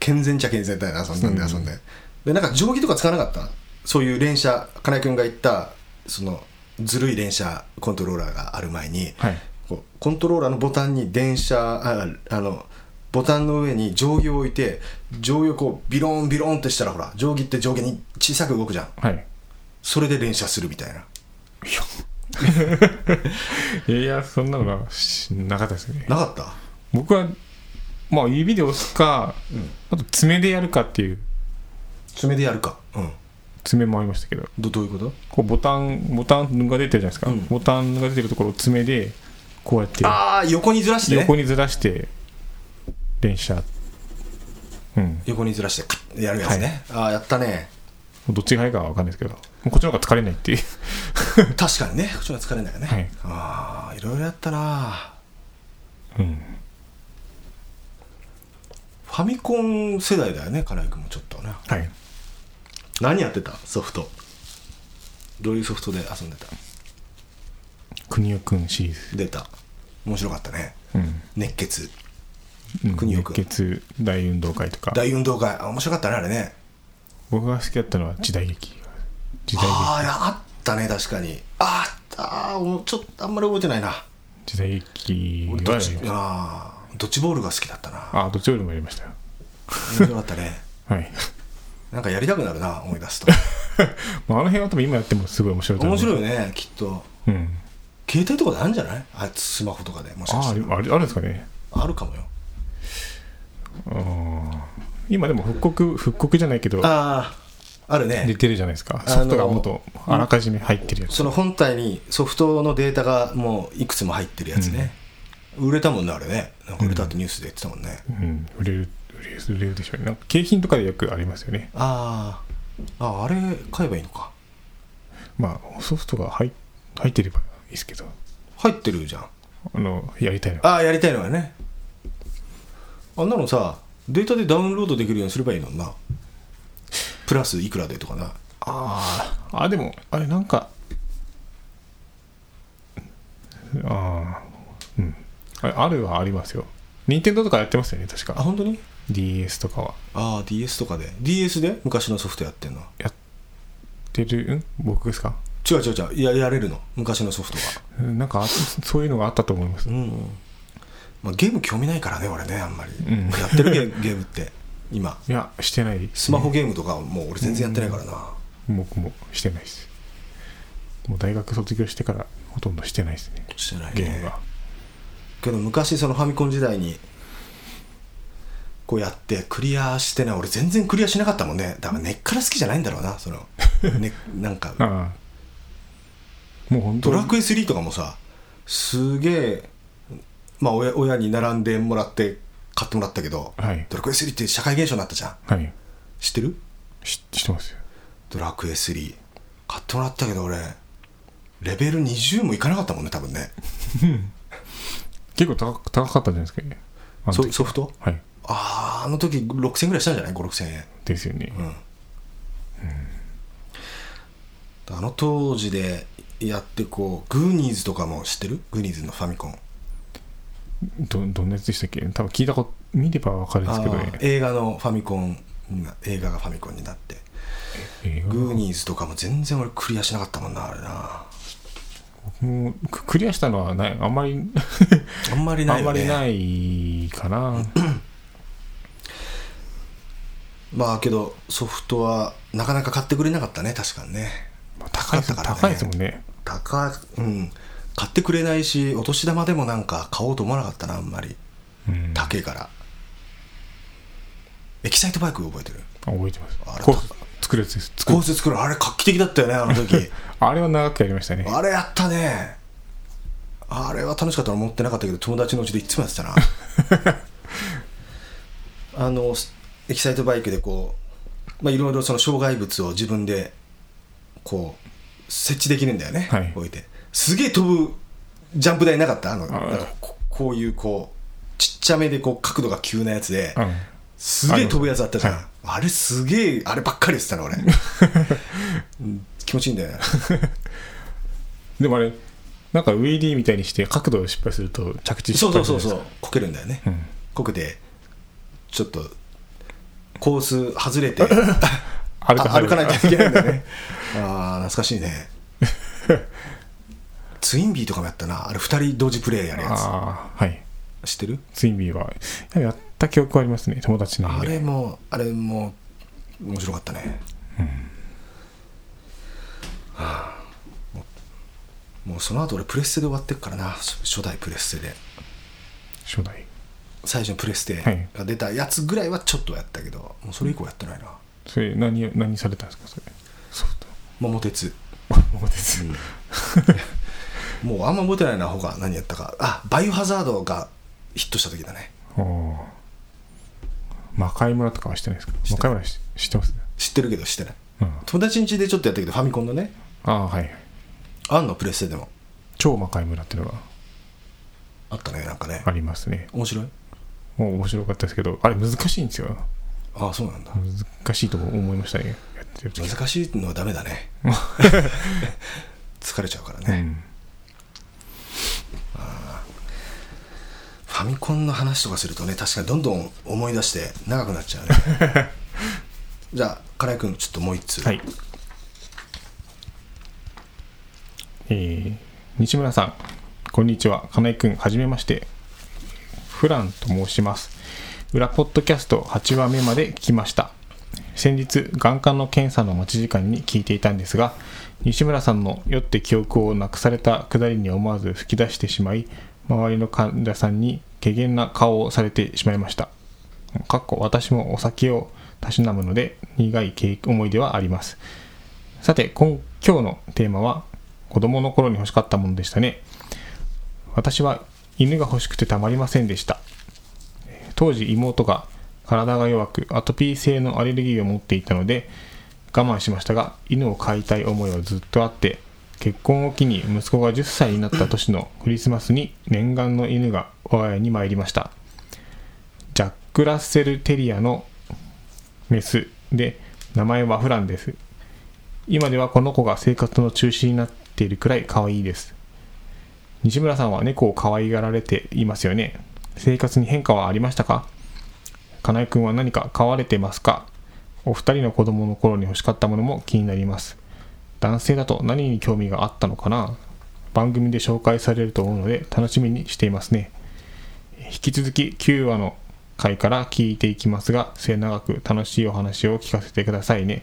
S2: 健全っちゃ健全だよなそんなんで遊んで、でなんか定規とか使わなかったそういう連射金井君が言ったそのずるい連射コントローラーがある前に、
S3: はい
S2: こうコントローラーのボタンに電車ああのボタンの上に定規を置いて定規をこうビローンビローンってしたらほら定規って上下に小さく動くじゃん
S3: はい
S2: それで連射するみたいない
S3: やいやそんなのがしなかったですね
S2: なかった
S3: 僕はまあ指で押すか、あと爪でやるかっていう
S2: 爪でやるかうん
S3: 爪もありましたけど
S2: どどういうこと
S3: こうボタンボタンが出てるじゃないですか、
S2: うん
S3: ボタンが出てるところを爪でこうやって
S2: ああ横にずらして、ね、
S3: 横にずらして連射うん
S2: 横にずらしてカッてやるやつね、ああやった
S3: [LAUGHS]
S2: ね
S3: どっちが早いかは分かんないですけどもうこっちの方が疲れない
S2: [LAUGHS]
S3: っていう
S2: 確かにねこっちの方が疲れないよね、
S3: はい
S2: ああいろいろやったな
S3: うん
S2: ファミコン世代だよね金井君もちょっとね
S3: はい
S2: 何やってたソフトどういうソフトで遊んでた
S3: 国尾くんシリーズ
S2: 出た面白かったね
S3: うん
S2: 熱血
S3: うん
S2: 国尾くん
S3: 熱血大運動会とか
S2: 大運動会あ面白かったねあれね
S3: 僕が好きだったのは時代劇時代
S2: ああいやあったね確かにああったおちょっとあんまり覚えてないな
S3: 劇時代劇は
S2: どっち
S3: やりました
S2: あードッジボールが好きだった [LAUGHS] な
S3: あどっちよりもやりましたよ
S2: 面白かったね
S3: はい、
S2: なんかやりたくなるな思い出すと [LAUGHS]
S3: [LAUGHS] まあ、あの辺は多分今やってもすごい面白いと思
S2: 面
S3: う
S2: 白い
S3: い、
S2: よねきっと
S3: うん、
S2: 携帯とかであるんじゃないあスマホとかでもしか
S3: あ
S2: し
S3: あ
S2: た
S3: れ
S2: ら
S3: あれあるんですかね
S2: あるかもよ
S3: あー今でも復刻復刻じゃないけど
S2: ああある
S3: 出
S2: ね
S3: てるじゃないですか
S2: あの
S3: ソフトがもっとあらかじめ入ってるやつ、
S2: その本体にソフトのデータがもういくつも入ってるやつね、売れたもんねあれねなんか売れたってニュースで言ってたもんね、
S3: うん、売れる売れる売れるでしょうねなんか景品とかでよくありますよね
S2: あーああれ買えばいいのか
S3: まあソフトが入入ってればいいですけど
S2: 入ってるじゃん
S3: あのやりたいのは
S2: ああやりたいのはねあんなのさデータでダウンロードできるようにすればいいのになプラスいくらでとかな
S3: ああでもあれなんかああうんあれあるはありますよ任天堂とかやってますよね確
S2: あ
S3: か
S2: 本当に
S3: DS とかは
S2: ああ DS とかで DS で昔のソフトやってんの
S3: やってるん僕ですか
S2: 違う違う違うややれるの昔のソフトは
S3: うんなんかあそういうのがあったと思います
S2: うん、まあ、ゲーム興味ないからね俺ねあんまり、
S3: ん
S2: やってるゲゲームって
S3: [LAUGHS]
S2: 今
S3: いやしてない
S2: スマホゲームとかもう俺全然やってないからな、
S3: 僕もしてないですもう大学卒業してからほとんどしてないですね
S2: してない
S3: ゲーム
S2: ね
S3: が
S2: けど昔そのファミコン時代にこうやってクリアしてない俺全然クリアしなかったもんねだから根っから好きじゃないんだろうなその、 [LAUGHS] ね、なんか
S3: ああもう本当
S2: ド
S3: に
S2: ラクエ3とかもさすげえまあ親親に並んでもらって買ってもらったけど、
S3: はい
S2: ドラクエ3って社会現象になったじゃん
S3: はい
S2: 知ってる
S3: し知ってますよ
S2: ドラクエ3買ってもらったけど俺レベル20もいかなかったもんね多分ね
S3: 結構高く高かったんじゃないですかねあの時
S2: ソソフト
S3: はい
S2: あーあの時6000ぐらいしたんじゃない56000円
S3: ですよね、
S2: あの当時でやってこうグーニーズとかも知ってるグーニーズのファミコン
S3: どどんなやつでしたっけ多分聞いたこと見ればわかるんですけど
S2: あー
S3: ね
S2: 映画のファミコンにな映画がファミコンになって
S3: 映画
S2: グーニーズとかも全然俺クリアしなかったもんなあれな
S3: もうククリアしたのはないあんまり
S2: あんまりな
S3: あ
S2: い
S3: ん
S2: よ
S3: ま
S2: ね
S3: りないかな
S2: まあけどソフトはなかなか買ってくれなかったね確かにね
S3: まあ高いです
S2: 高かったからね
S3: 高いですもんね
S2: 高いうん買ってくれないしお年玉でもなんか買おうと思わなかったなあんまり
S3: うん
S2: 高いから、エキサイトバイク覚えてる
S3: あ覚えてます
S2: あら
S3: コース作るやつです作
S2: コ
S3: る
S2: ース作るあれ画期的だったよねあの
S3: [LAUGHS]
S2: 時
S3: あれは長くやりましたね
S2: あれやったねあれは楽しかったの持ってなかったけど友達のうちでいつもやってたな
S3: [LAUGHS]
S2: あのエキサイトバイクでこう、まあ、いろいろその障害物を自分でこう設置できるんだよね、
S3: はい
S2: 置いてすげえ飛ぶジャンプ台なかったあの
S3: あ
S2: なんかここういうこうちっちゃめでこう角度が急なやつで、
S3: うん
S2: すげえ飛ぶやつあったじゃん、
S3: はい
S2: あれすげえあればっかり言ってたの俺
S3: [LAUGHS]
S2: うん気持ちいいんだよね
S3: でもあれなんかウィーディーみたいにして角度を失敗すると着地失
S2: そ
S3: 敗
S2: う
S3: す
S2: そ
S3: る
S2: うそうそ
S3: じゃ
S2: う
S3: ないです
S2: こけるんだよね、
S3: ん
S2: こけてちょっとコース外れ
S3: [LAUGHS]
S2: て
S3: か
S2: あ歩かないといけないんだよ
S3: [LAUGHS]
S2: ねああ懐かしいねツインビーとかもやったなあれ2人同時プレイやるや
S3: ああはい
S2: つ知ってる
S3: ツインビーはやった記憶はありますね友達なん
S2: あ
S3: で
S2: れもあれも面白かったね、はあもうもうその後俺プレステで終わってっからな初初代プレステで
S3: 初代
S2: 最初のプレス
S3: は
S2: テ
S3: い
S2: が出たやつぐらいはちょっとやったけど、もうそれ以降やってないな
S3: それ何何されたんですかそれソフト
S2: 桃鉄
S3: もうです、
S2: もうあんま覚えてないな他何やったかあバイオハザードがヒットした時だね
S3: おー魔界村とかはしてないですか
S2: し
S3: 魔
S2: て
S3: 界村し知ってます、
S2: 知ってるけどしてない
S3: うん、
S2: 友達ん家でちょっとやったけどファミコンのね
S3: ああはい
S2: あんのプレステでも
S3: 超魔界村っていうのが
S2: あったねなんかね
S3: ありますね
S2: 面白い
S3: もう面白かったですけどあれ難しいんですよ
S2: ああそうなんだ
S3: 難しいと思いましたねやってる時
S2: 難しいのはダメだ
S3: [LAUGHS]
S2: ね疲れちゃうから
S3: う
S2: ね、
S3: ん
S2: ファミコンの話とかするとね確かにどんどん思い出して長くなっちゃうね
S3: [LAUGHS]
S2: じゃあ金井君ちょっともう一つ
S3: はいえー西村さんこんにちは金井くんはじめましてフランと申します裏ポッドキャスト8話目まで聞きました先日眼科の検査の待ち時間に聞いていたんですが西村さんの酔って記憶をなくされたくだりに思わず吹き出してしまい周りの患者さんに怪げな顔をされてしまいましたかっこ私もお酒をたしなむので苦い経思い出はありますさて今今日のテーマは子供の頃に欲しかったものでしたね私は犬が欲しくてたまりませんでした当時妹が体が弱くアトピー性のアレルギーを持っていたので我慢しましたが犬を飼いたい思いはずっとあって結婚を機に息子が10歳になった年のクリスマスに念願の犬が我が家に参りましたジャック・ラッセル・テリアのメスで名前はフランです今ではこの子が生活の中心になっているくらい可愛いです西村さんは猫を可愛がられていますよね生活に変化はありましたかかなえくんは何か飼われてますかお二人の子供の頃に欲しかったものも気になります男性だと何に興味があったのかな番組で紹介されると思うので楽しみにしていますね引き続き9話の回から聞いていきますが末永く楽しいお話を聞かせてくださいね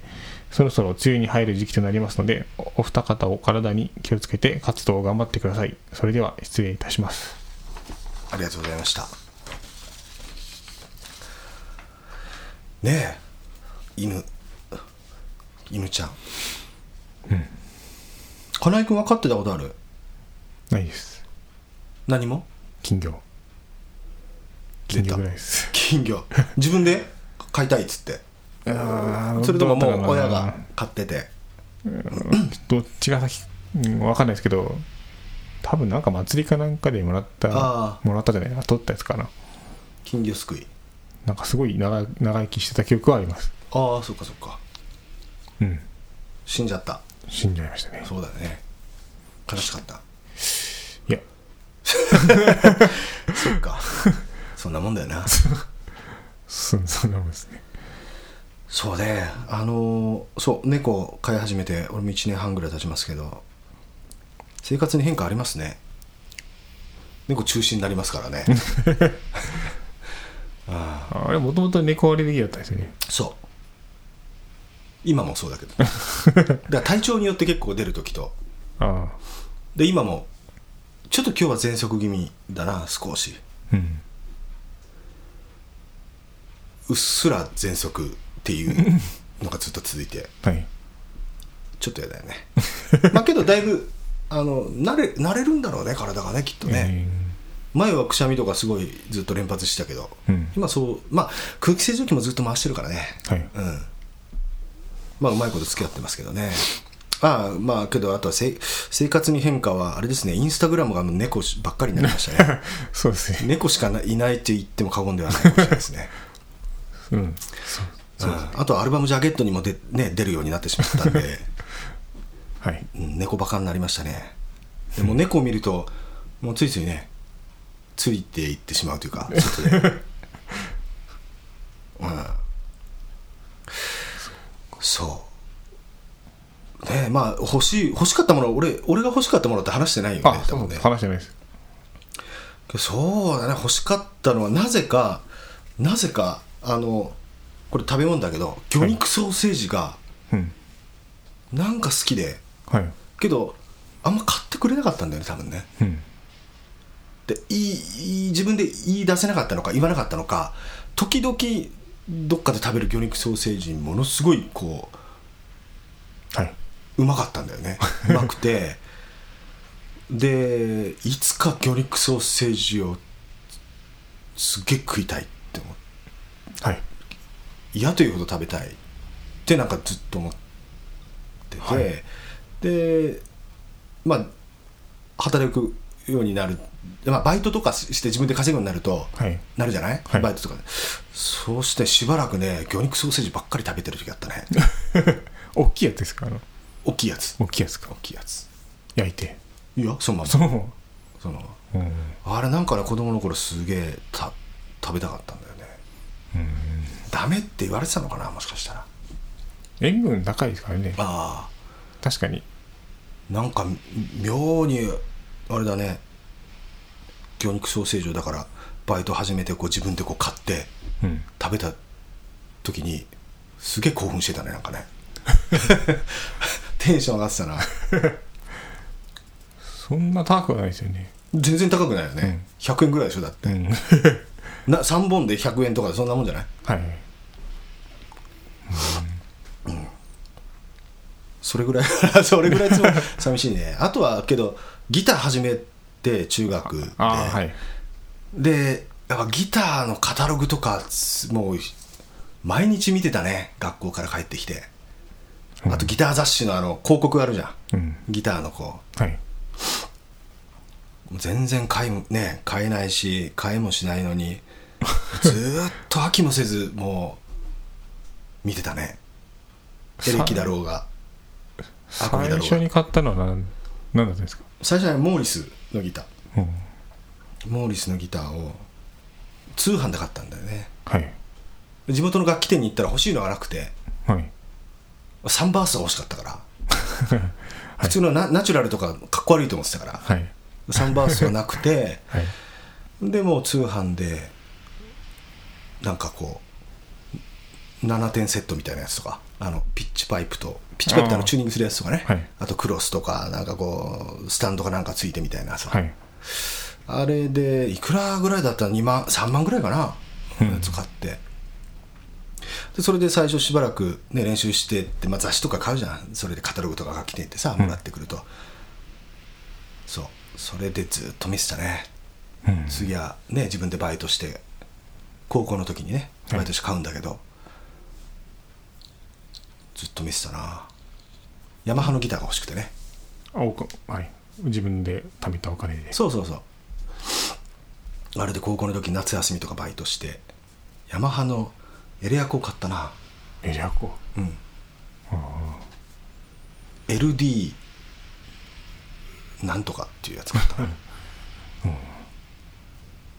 S3: そろそろ梅雨に入る時期となりますのでおお二方お体に気をつけて活動を頑張ってくださいそれでは失礼いたします
S2: ありがとうございましたねえ犬犬ちゃんうん金井君分かってたことある
S3: ないです
S2: 何も
S3: 金魚金魚ぐらいです
S2: 金
S3: [LAUGHS]
S2: 魚自分で買いたいっつってそ
S3: そ
S2: れとももう親が買ってて
S3: どっちが先、うん、わかんないですけど多分なんか祭りかなんかでもらった
S2: あ
S3: もらったじゃないな取ったやつかな
S2: 金魚すくい
S3: なんかすごい長い長生きしてた記憶はあります
S2: ああそっかそっか
S3: うん
S2: 死んじゃった
S3: 死んじゃいましたね
S2: そうだね悲しか
S3: [LAUGHS]
S2: った
S3: いや
S2: そっかそんなもんだよな
S3: そそんなもんですね
S2: そうねあのーそう猫飼い始めて俺も1年半ぐらい経ちますけど生活に変化ありますね猫中心になります
S3: [LAUGHS]
S2: からね
S3: あれもともと猫アレルギーだったんですよね
S2: そう今もそうだけ
S3: [LAUGHS]
S2: どだから体調によって結構出る時と
S3: あ
S2: で今もちょっと今日は喘息気味だな少し
S3: あうん
S2: うっすら喘息っていうのがずっと続いて [LAUGHS]
S3: はい
S2: ちょっとやだよね [LAUGHS] まあけどだいぶあの慣れ慣れるんだろうね体がねきっとね、前はくしゃみとかすごいずっと連発してたけど、
S3: うん
S2: 今そうまあ空気清浄機もずっと回してるからね
S3: えーはい
S2: うんまあうまいこと付き合ってますけどねああまあけどあとはせい生活に変化はあれですねインスタグラムがもう猫ばっかりになりましたね
S3: そうですね
S2: 猫しかないないって言っても過言ではないかもしれないですね
S3: うん
S2: うんあとはアルバムジャケットにもで、ね、出るようになってしまったんで、 [LAUGHS]
S3: はい
S2: うん猫バカになりましたねでも猫を見るともうついついねついていってしまうという
S3: [LAUGHS]
S2: か外で、うん、そうねえまあ欲しい欲しかったもの俺俺が欲しかったものって話してないよね
S3: あそう
S2: ね
S3: 話してないです
S2: そうだね欲しかったのはなぜかなぜかあのこれ食べ物だけど魚肉ソーセージが
S3: うん
S2: なんか好きで
S3: はい
S2: けどあんま買ってくれなかったんだよね多分ね
S3: うん
S2: でいいいい自分で言い出せなかったのか言わなかったのか時々どっかで食べる魚肉ソーセージにものすごいこ
S3: はいう
S2: うまかったんだよねうまくて [LAUGHS] でいつか魚肉ソーセージをすげえ食いたいって思って
S3: はい
S2: 嫌というほど食べたいってなんかずっと思ってて、
S3: はい
S2: でまあ働くようになる、まあ、バイトとかして自分で稼ぐようになると、
S3: はい
S2: なるじゃない、
S3: はい
S2: バイトとかでそうしてしばらくね魚肉ソーセージばっかり食べてる時あったね
S3: [LAUGHS] 大きいやつですかあの
S2: 大きいやつ
S3: 大きいやつか
S2: 大きいやつ
S3: 焼いて
S2: いやそのまま
S3: そう
S2: その
S3: うんうん
S2: あれなんかね子供の頃すげえた食べたかったんだよねダメって言われてたのかなもしかしたら
S3: 塩分高いですからね
S2: ああ
S3: 確かに
S2: なんか妙にあれだね魚肉ソーセージをだからバイト始めてこう自分でこう買って
S3: うん
S2: 食べた時にすげえ興奮してたねなんかね [LAUGHS] テンション上がってたな
S3: そんな高くはないですよね
S2: 全然高くないよね、100円ぐらいでしょだって
S3: うん [LAUGHS] はい
S2: な3本で100円とかそんなもんじゃないそれぐらい [LAUGHS] それぐらいいつも寂しいねあとはけどギター始めて中学で
S3: ああはい
S2: でやっぱギターのカタログとかすもう毎日見てたね学校から帰ってきてあとギター雑誌のあの広告あるじゃん
S3: うん
S2: ギターのこ
S3: はい、
S2: う全然買いもね買えないし買えもしないのにずーっと飽きもせずもう見てたねエレキだろうがあこれだろう
S3: 最初に買ったのは何何だったんですか、
S2: 最初はモーリスのギター
S3: うん、
S2: モーリスのギターを通販で買ったんだよね
S3: はい
S2: 地元の楽器店に行ったら欲しいのがなくて
S3: はい
S2: サンバースは欲しかった
S3: [LAUGHS]
S2: から、普通のナナチュラルとかかっこ悪いと思ってたから
S3: はい
S2: サンバースはなくて
S3: [LAUGHS] はい
S2: でもう通販でなんかこう7点セットみたいなやつとかあのピッチパイプとピッチパイプってあの
S3: あー
S2: チューニングするやつとかね、
S3: はい
S2: あとクロスとかなんかこうスタンドかなんかついてみたいなやつとか、
S3: はい
S2: あれでいくらぐらいだったら2万3万ぐらいかな、使ってでそれで最初しばらく、ね、練習してって、まあ、雑誌とか買うじゃんそれでカタログとかが来てってさもらってくると、そうそれでずっと見てたね、次はね自分でバイトして高校の時にね
S3: はい
S2: 毎年買うんだけど、ずっと見てたなヤマハのギターが欲しくてね
S3: あおこはい、自分で貯めたお金で
S2: そうそうそうあれで高校の時夏休みとかバイトしてヤマハのエレアコを買ったな
S3: エリアコ
S2: うん LD なんとかっていうやつ買ったな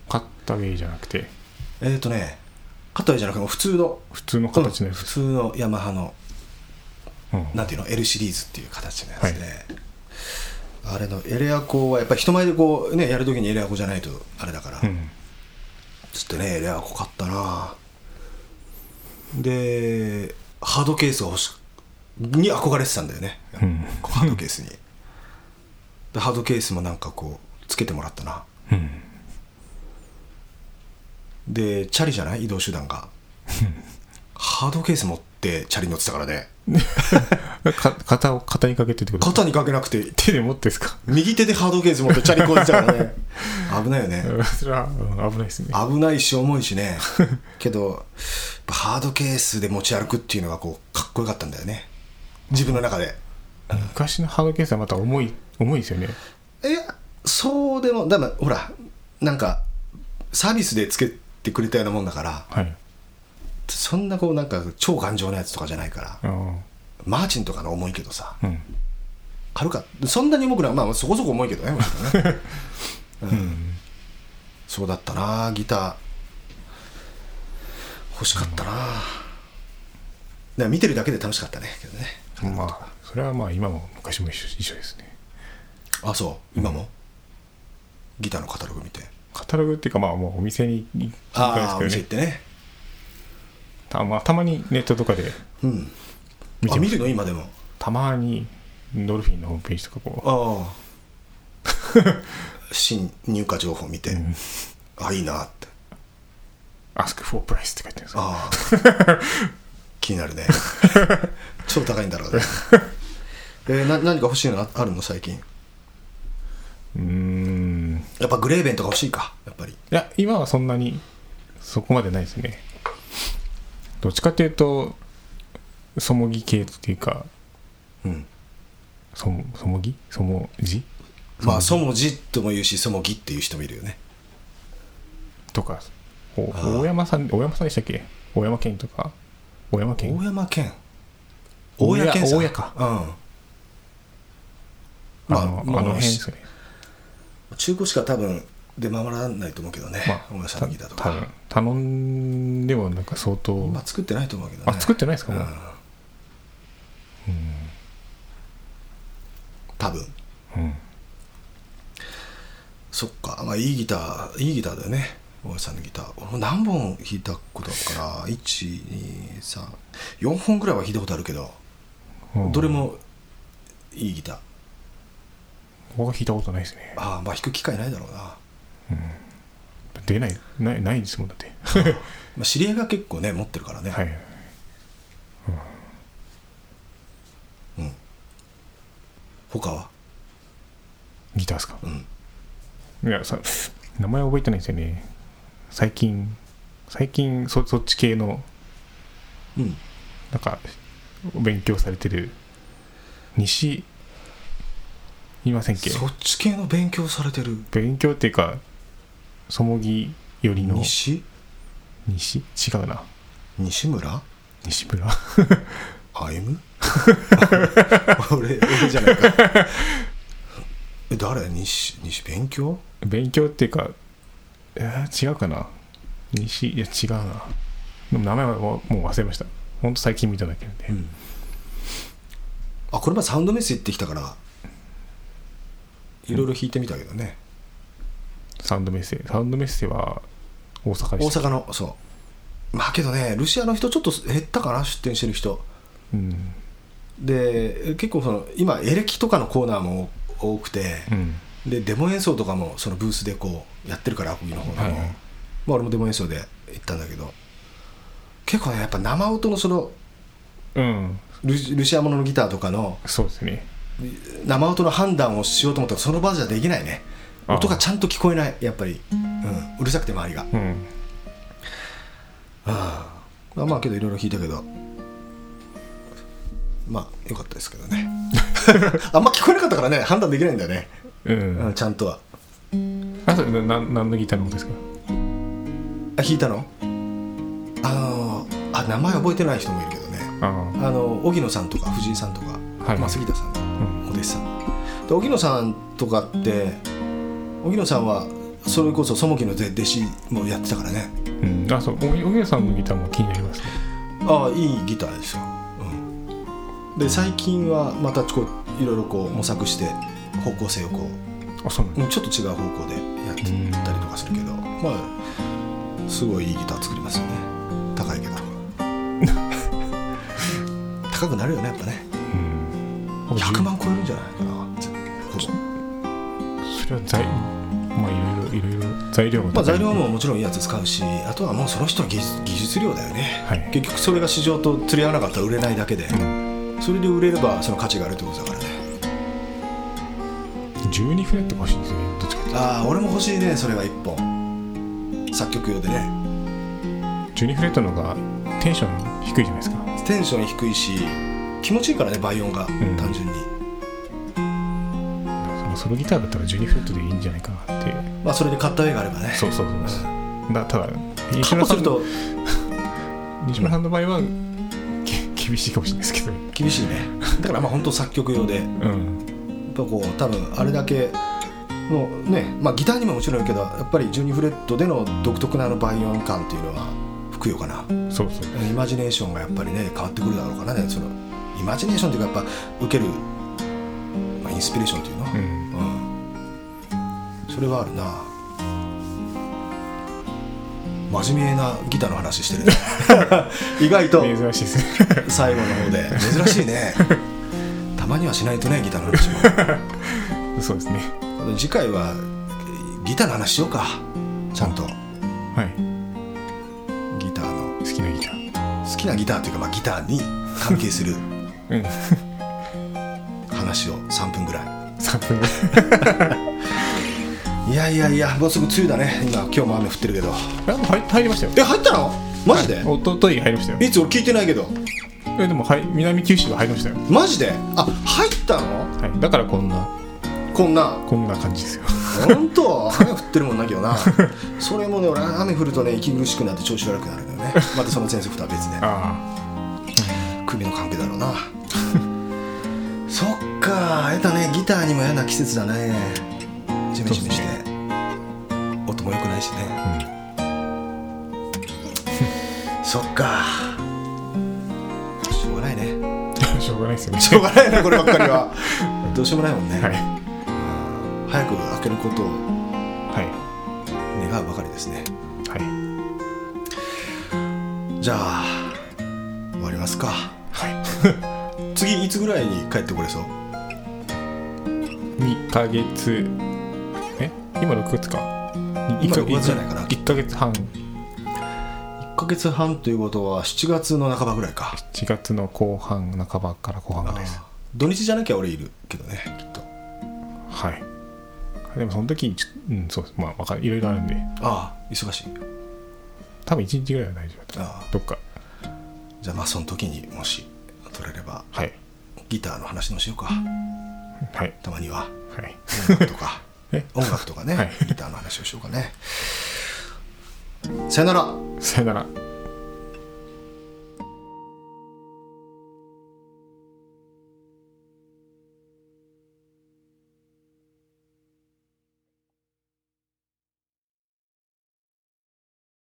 S3: 買ったゲイじゃなくて
S2: えっとね買ったわけじゃなくてもう普通の
S3: 普通の形の
S2: うん
S3: や
S2: 普
S3: つ、
S2: 通のヤマハの
S3: うん
S2: なんていうの L シリーズっていう形のやつで、あれのエレアコはやっぱり人前でこうねやるときにエレアコじゃないとあれだから、
S3: うん
S2: つってねエレアコ買ったなでハードケースが欲しに憧れてたんだよね、
S3: うん
S2: ハードケースにでハードケースもなんかこうつけてもらったな
S3: うん
S2: でチャリじゃない移動手段がハードケース持ってチャリ乗ってたからね
S3: か肩を肩にかけてってこと
S2: 肩にかけなくて
S3: 手で持ってですか
S2: 右手でハードケース持ってチャリこいでたから
S3: [LAUGHS]
S2: ね危ないよね
S3: それはうん危ないですね
S2: 危ないし重いしね [LAUGHS] けどやっぱハードケースで持ち歩くっていうのがこうかっこよかったんだよね自分の中で
S3: 昔のハードケースはまた重い重いですよね
S2: いやそうでもだからほらなんかサービスでつけてくれたようなもんだから
S3: はい
S2: そんなこうなんか超頑丈なやつとかじゃないから
S3: あー
S2: マーチンとかの重いけどさ
S3: うん
S2: 軽かったそんなに重くないまあそこそこ重いけ
S3: [LAUGHS]
S2: どねもちろんね
S3: うん
S2: そうだったなギター欲しかったな、だから見てるだけで楽しかったねけどね
S3: まあそれはまあ今も昔も一緒一緒ですね
S2: あそう今も、ギターのカタログ見て
S3: カタログっていうかまあもうお店に行かない
S2: ああお
S3: です
S2: 店
S3: け
S2: 行
S3: ど
S2: っ
S3: ね
S2: てね
S3: た,、まあ、たまにネットとかで
S2: うん
S3: 見
S2: あ
S3: てま
S2: 見
S3: す
S2: るの今でも
S3: たまにドルフィンのホームページとかこ
S2: ああ [LAUGHS] 新入荷情報見て、
S3: う、うん、
S2: あいいなって
S3: Ask for price って書いてあるんですよ
S2: ああ [LAUGHS] 気になる [LAUGHS] ね超高いんだろうね [LAUGHS] えーな何か欲しいのああるの最近
S3: うーん
S2: やっぱグレーベンとか欲しいかやっぱり
S3: いや今はそんなにそこまでないですねどっちかっていうとそもぎ系っていうか
S2: うん
S3: そもそもぎそもじ
S2: まあそもじとも言うしそもぎっていう人もいるよね
S3: とかお
S2: あー
S3: 大山さん大山さんでしたっけ大山県とか大山県
S2: 大山健
S3: 大家
S2: さん
S3: 大家か
S2: うん
S3: あの,、
S2: ま
S3: あ、の辺ですね
S2: 中古しか多分出回らないと思うけどね、
S3: ま
S2: 大
S3: あ
S2: 家さんのギターと
S3: た
S2: か
S3: 頼んでもなんか相当、
S2: 今作ってないと思うけどね
S3: あ作ってないですかもう、
S2: うん多分
S3: うん
S2: そっかまあいいギターいいギターだよね大家さんのギター俺も何本弾いたことあるから1234本ぐらいは弾いたことあるけど、
S3: うん
S2: どれもいいギター
S3: 僕は弾いたことないですね
S2: ああまあ弾く機会ないだろうな、
S3: 出ないないないですもんだって
S2: まあ、知り合いが結構ね持ってるからね、
S3: はいはい
S2: うん、他は
S3: ギターですか
S2: うん
S3: いやさ名前覚えてないんですよね最近最近そそっち系の
S2: うん
S3: なんか勉強されてる西いませんっけ
S2: そっち系の勉強されてる
S3: 勉強っていうかそもぎ寄りの
S2: 西
S3: 西違うな
S2: 西村
S3: 西村 [LAUGHS]
S2: 歩む [LAUGHS] 俺俺じゃないかえ誰西西勉強
S3: 勉強っていうか、えー違うかな西いや違うなでも名前はもうもう忘れましたほんと最近見ただけなんで、
S2: んあこれ前サウンドメッセ行ってきたからいろいろ弾いてみたけどね、
S3: サウンドメッセサウンドメッセは大阪で
S2: 大
S3: した
S2: 阪のそうまあけどねルシアの人ちょっと減ったかな出店してる人
S3: うん
S2: で結構その今エレキとかのコーナーも多くて、
S3: うん
S2: でデモ演奏とかもそのブースでこうやってるからアコギの方でも、
S3: はいはい
S2: まあ、俺もデモ演奏で行ったんだけど結構ねやっぱ生音のその
S3: うん
S2: ルシルシアモノのギターとかの
S3: そうですね
S2: 生音の判断をしようと思ったらその場じゃできないね
S3: ああ
S2: 音がちゃんと聞こえないやっぱり、うん、うるさくて周りが
S3: うん
S2: まあまあけどいろいろ弾いたけどまあよかったですけどね [LAUGHS] あんま聞こえなかったからね判断できないんだよね、
S3: うん
S2: うん、ちゃんとは
S3: あそれなな何のギターのことですか
S2: あ弾いたのあのあ名前覚えてない人もいるけどね
S3: あ
S2: あの荻野さんとか藤井さんとか、
S3: はい
S2: まあ、杉田さんとか、
S3: ん
S2: お弟子さんで荻野さんとかって荻野さんはそれこそ友樹の弟弟子もやってたからね
S3: あ、うん、あそうおげおげさんのギターも気になりますね
S2: ああいいギターですよ、うん、で最近はまたこういろいろこう模索して方向性をこ
S3: あそうなん
S2: う
S3: だ
S2: うんちょっと違う方向でやってたりとかするけど、まあすごいいいギター作りますよね高
S3: [LAUGHS]
S2: いけど高くなるよねやっぱね
S3: うん
S2: 100万超えるんじゃないかな
S3: それは材まあいろいろいろいろ材料が
S2: まあ、
S3: 高い
S2: 材料ももちろんいいやつ使うしあとはもうその人の技術技術量だよね、
S3: はい
S2: 結局それが市場と釣り合わなかったら売れないだけで、それで売れればその価値があるってことだからね
S3: 12フレットが欲しいんですねどっちかっていう
S2: ああ俺も欲しいねそれは1本作曲用でね
S3: と12フレットの方がテンション低いじゃないですか
S2: テンション低いし気持ちいいからね倍音が、
S3: ん
S2: 単純に
S3: そのソロギターだったら12フレットでいいんじゃないかなって
S2: まあそれで買った絵があればね
S3: そうそうそうそうだただ西
S2: カッコ
S3: 村
S2: す
S3: さ
S2: る
S3: んの
S2: と
S3: 西村さんの場合はき厳しいかもしれないですけど
S2: 厳しいね [LAUGHS] だからまあ本当作曲用で
S3: うん
S2: やっぱこう多分あれだけのね、まあ、ギターにももちろんいるけどやっぱり12フレットでの独特なあの倍音感っていうのはふくよかな
S3: そうそう
S2: イマジネーションがやっぱりね変わってくるだろうからねそのイマジネーションっていうかやっぱ受ける、まあ、インスピレーションっていうの、
S3: うん
S2: うんそれはあるな真面目なギターの話してるね意外と
S3: 珍しいですね
S2: 最後の方で珍しいねたまにはしないとねギターの話も。
S3: [LAUGHS] そうですね
S2: 次回はえーギターの話しようかちゃんと
S3: はい
S2: ギターの
S3: 好きなギター
S2: 好きなギターというか、まあ、ギターに関係する
S3: うん
S2: 話を3分ぐら
S3: 3分ぐらい
S2: いいやいやいやもうすぐ梅雨だね今今日も雨降ってるけど
S3: あもう入入りましたよ
S2: え入ったのマジで、
S3: おととい入りましたよ
S2: い、つ俺聞いてないけど
S3: えでもはい南九州は入りましたよ、
S2: マジであ入ったの
S3: はい、だからこんな
S2: こんな
S3: こんな感じですよ
S2: 本当雨降ってるもんなけどなそれもね俺雨降るとね息苦しくなって調子悪くなるんだよねまたその前作とは別で
S3: あ
S2: 首の関係だろうな [LAUGHS] そっかあれだねギターにも嫌な季節だねジメジメして、音も良くないしね
S3: あ、
S2: そっかしょうがないね
S3: うん、 [LAUGHS] しょうがないですよ
S2: [LAUGHS]
S3: ね
S2: しょうがないねこればっかりは [LAUGHS] どうしようもないもんね、
S3: はい
S2: 早く開けることを
S3: は
S2: 願うばかりですね
S3: いはい
S2: じゃあ終わりますか
S3: はい
S2: [LAUGHS] 次いつぐらいに帰ってこれそう
S3: 2ヶ月え今6月か
S2: 今6月じゃないかな
S3: 1ヶ月半
S2: 1ヶ月半ということは7月の半ばぐらいか
S3: 4月の後半半ばから後半ぐらいです
S2: 土日じゃなきゃ俺いるけどねきっと
S3: はいでもその時にちょうんそうですまあわかるいろいろあるんで
S2: ああ忙しい
S3: 多分1日ぐらいは大丈夫だと
S2: ああ
S3: どっか
S2: じゃあまあその時にもし取れれば
S3: はい
S2: ギターの話でもしようか
S3: はい
S2: たまには
S3: はい
S2: 音楽とか
S3: [LAUGHS] え
S2: 音楽とかね、
S3: はい
S2: ギターの話をしようかねさよなら
S3: さよなら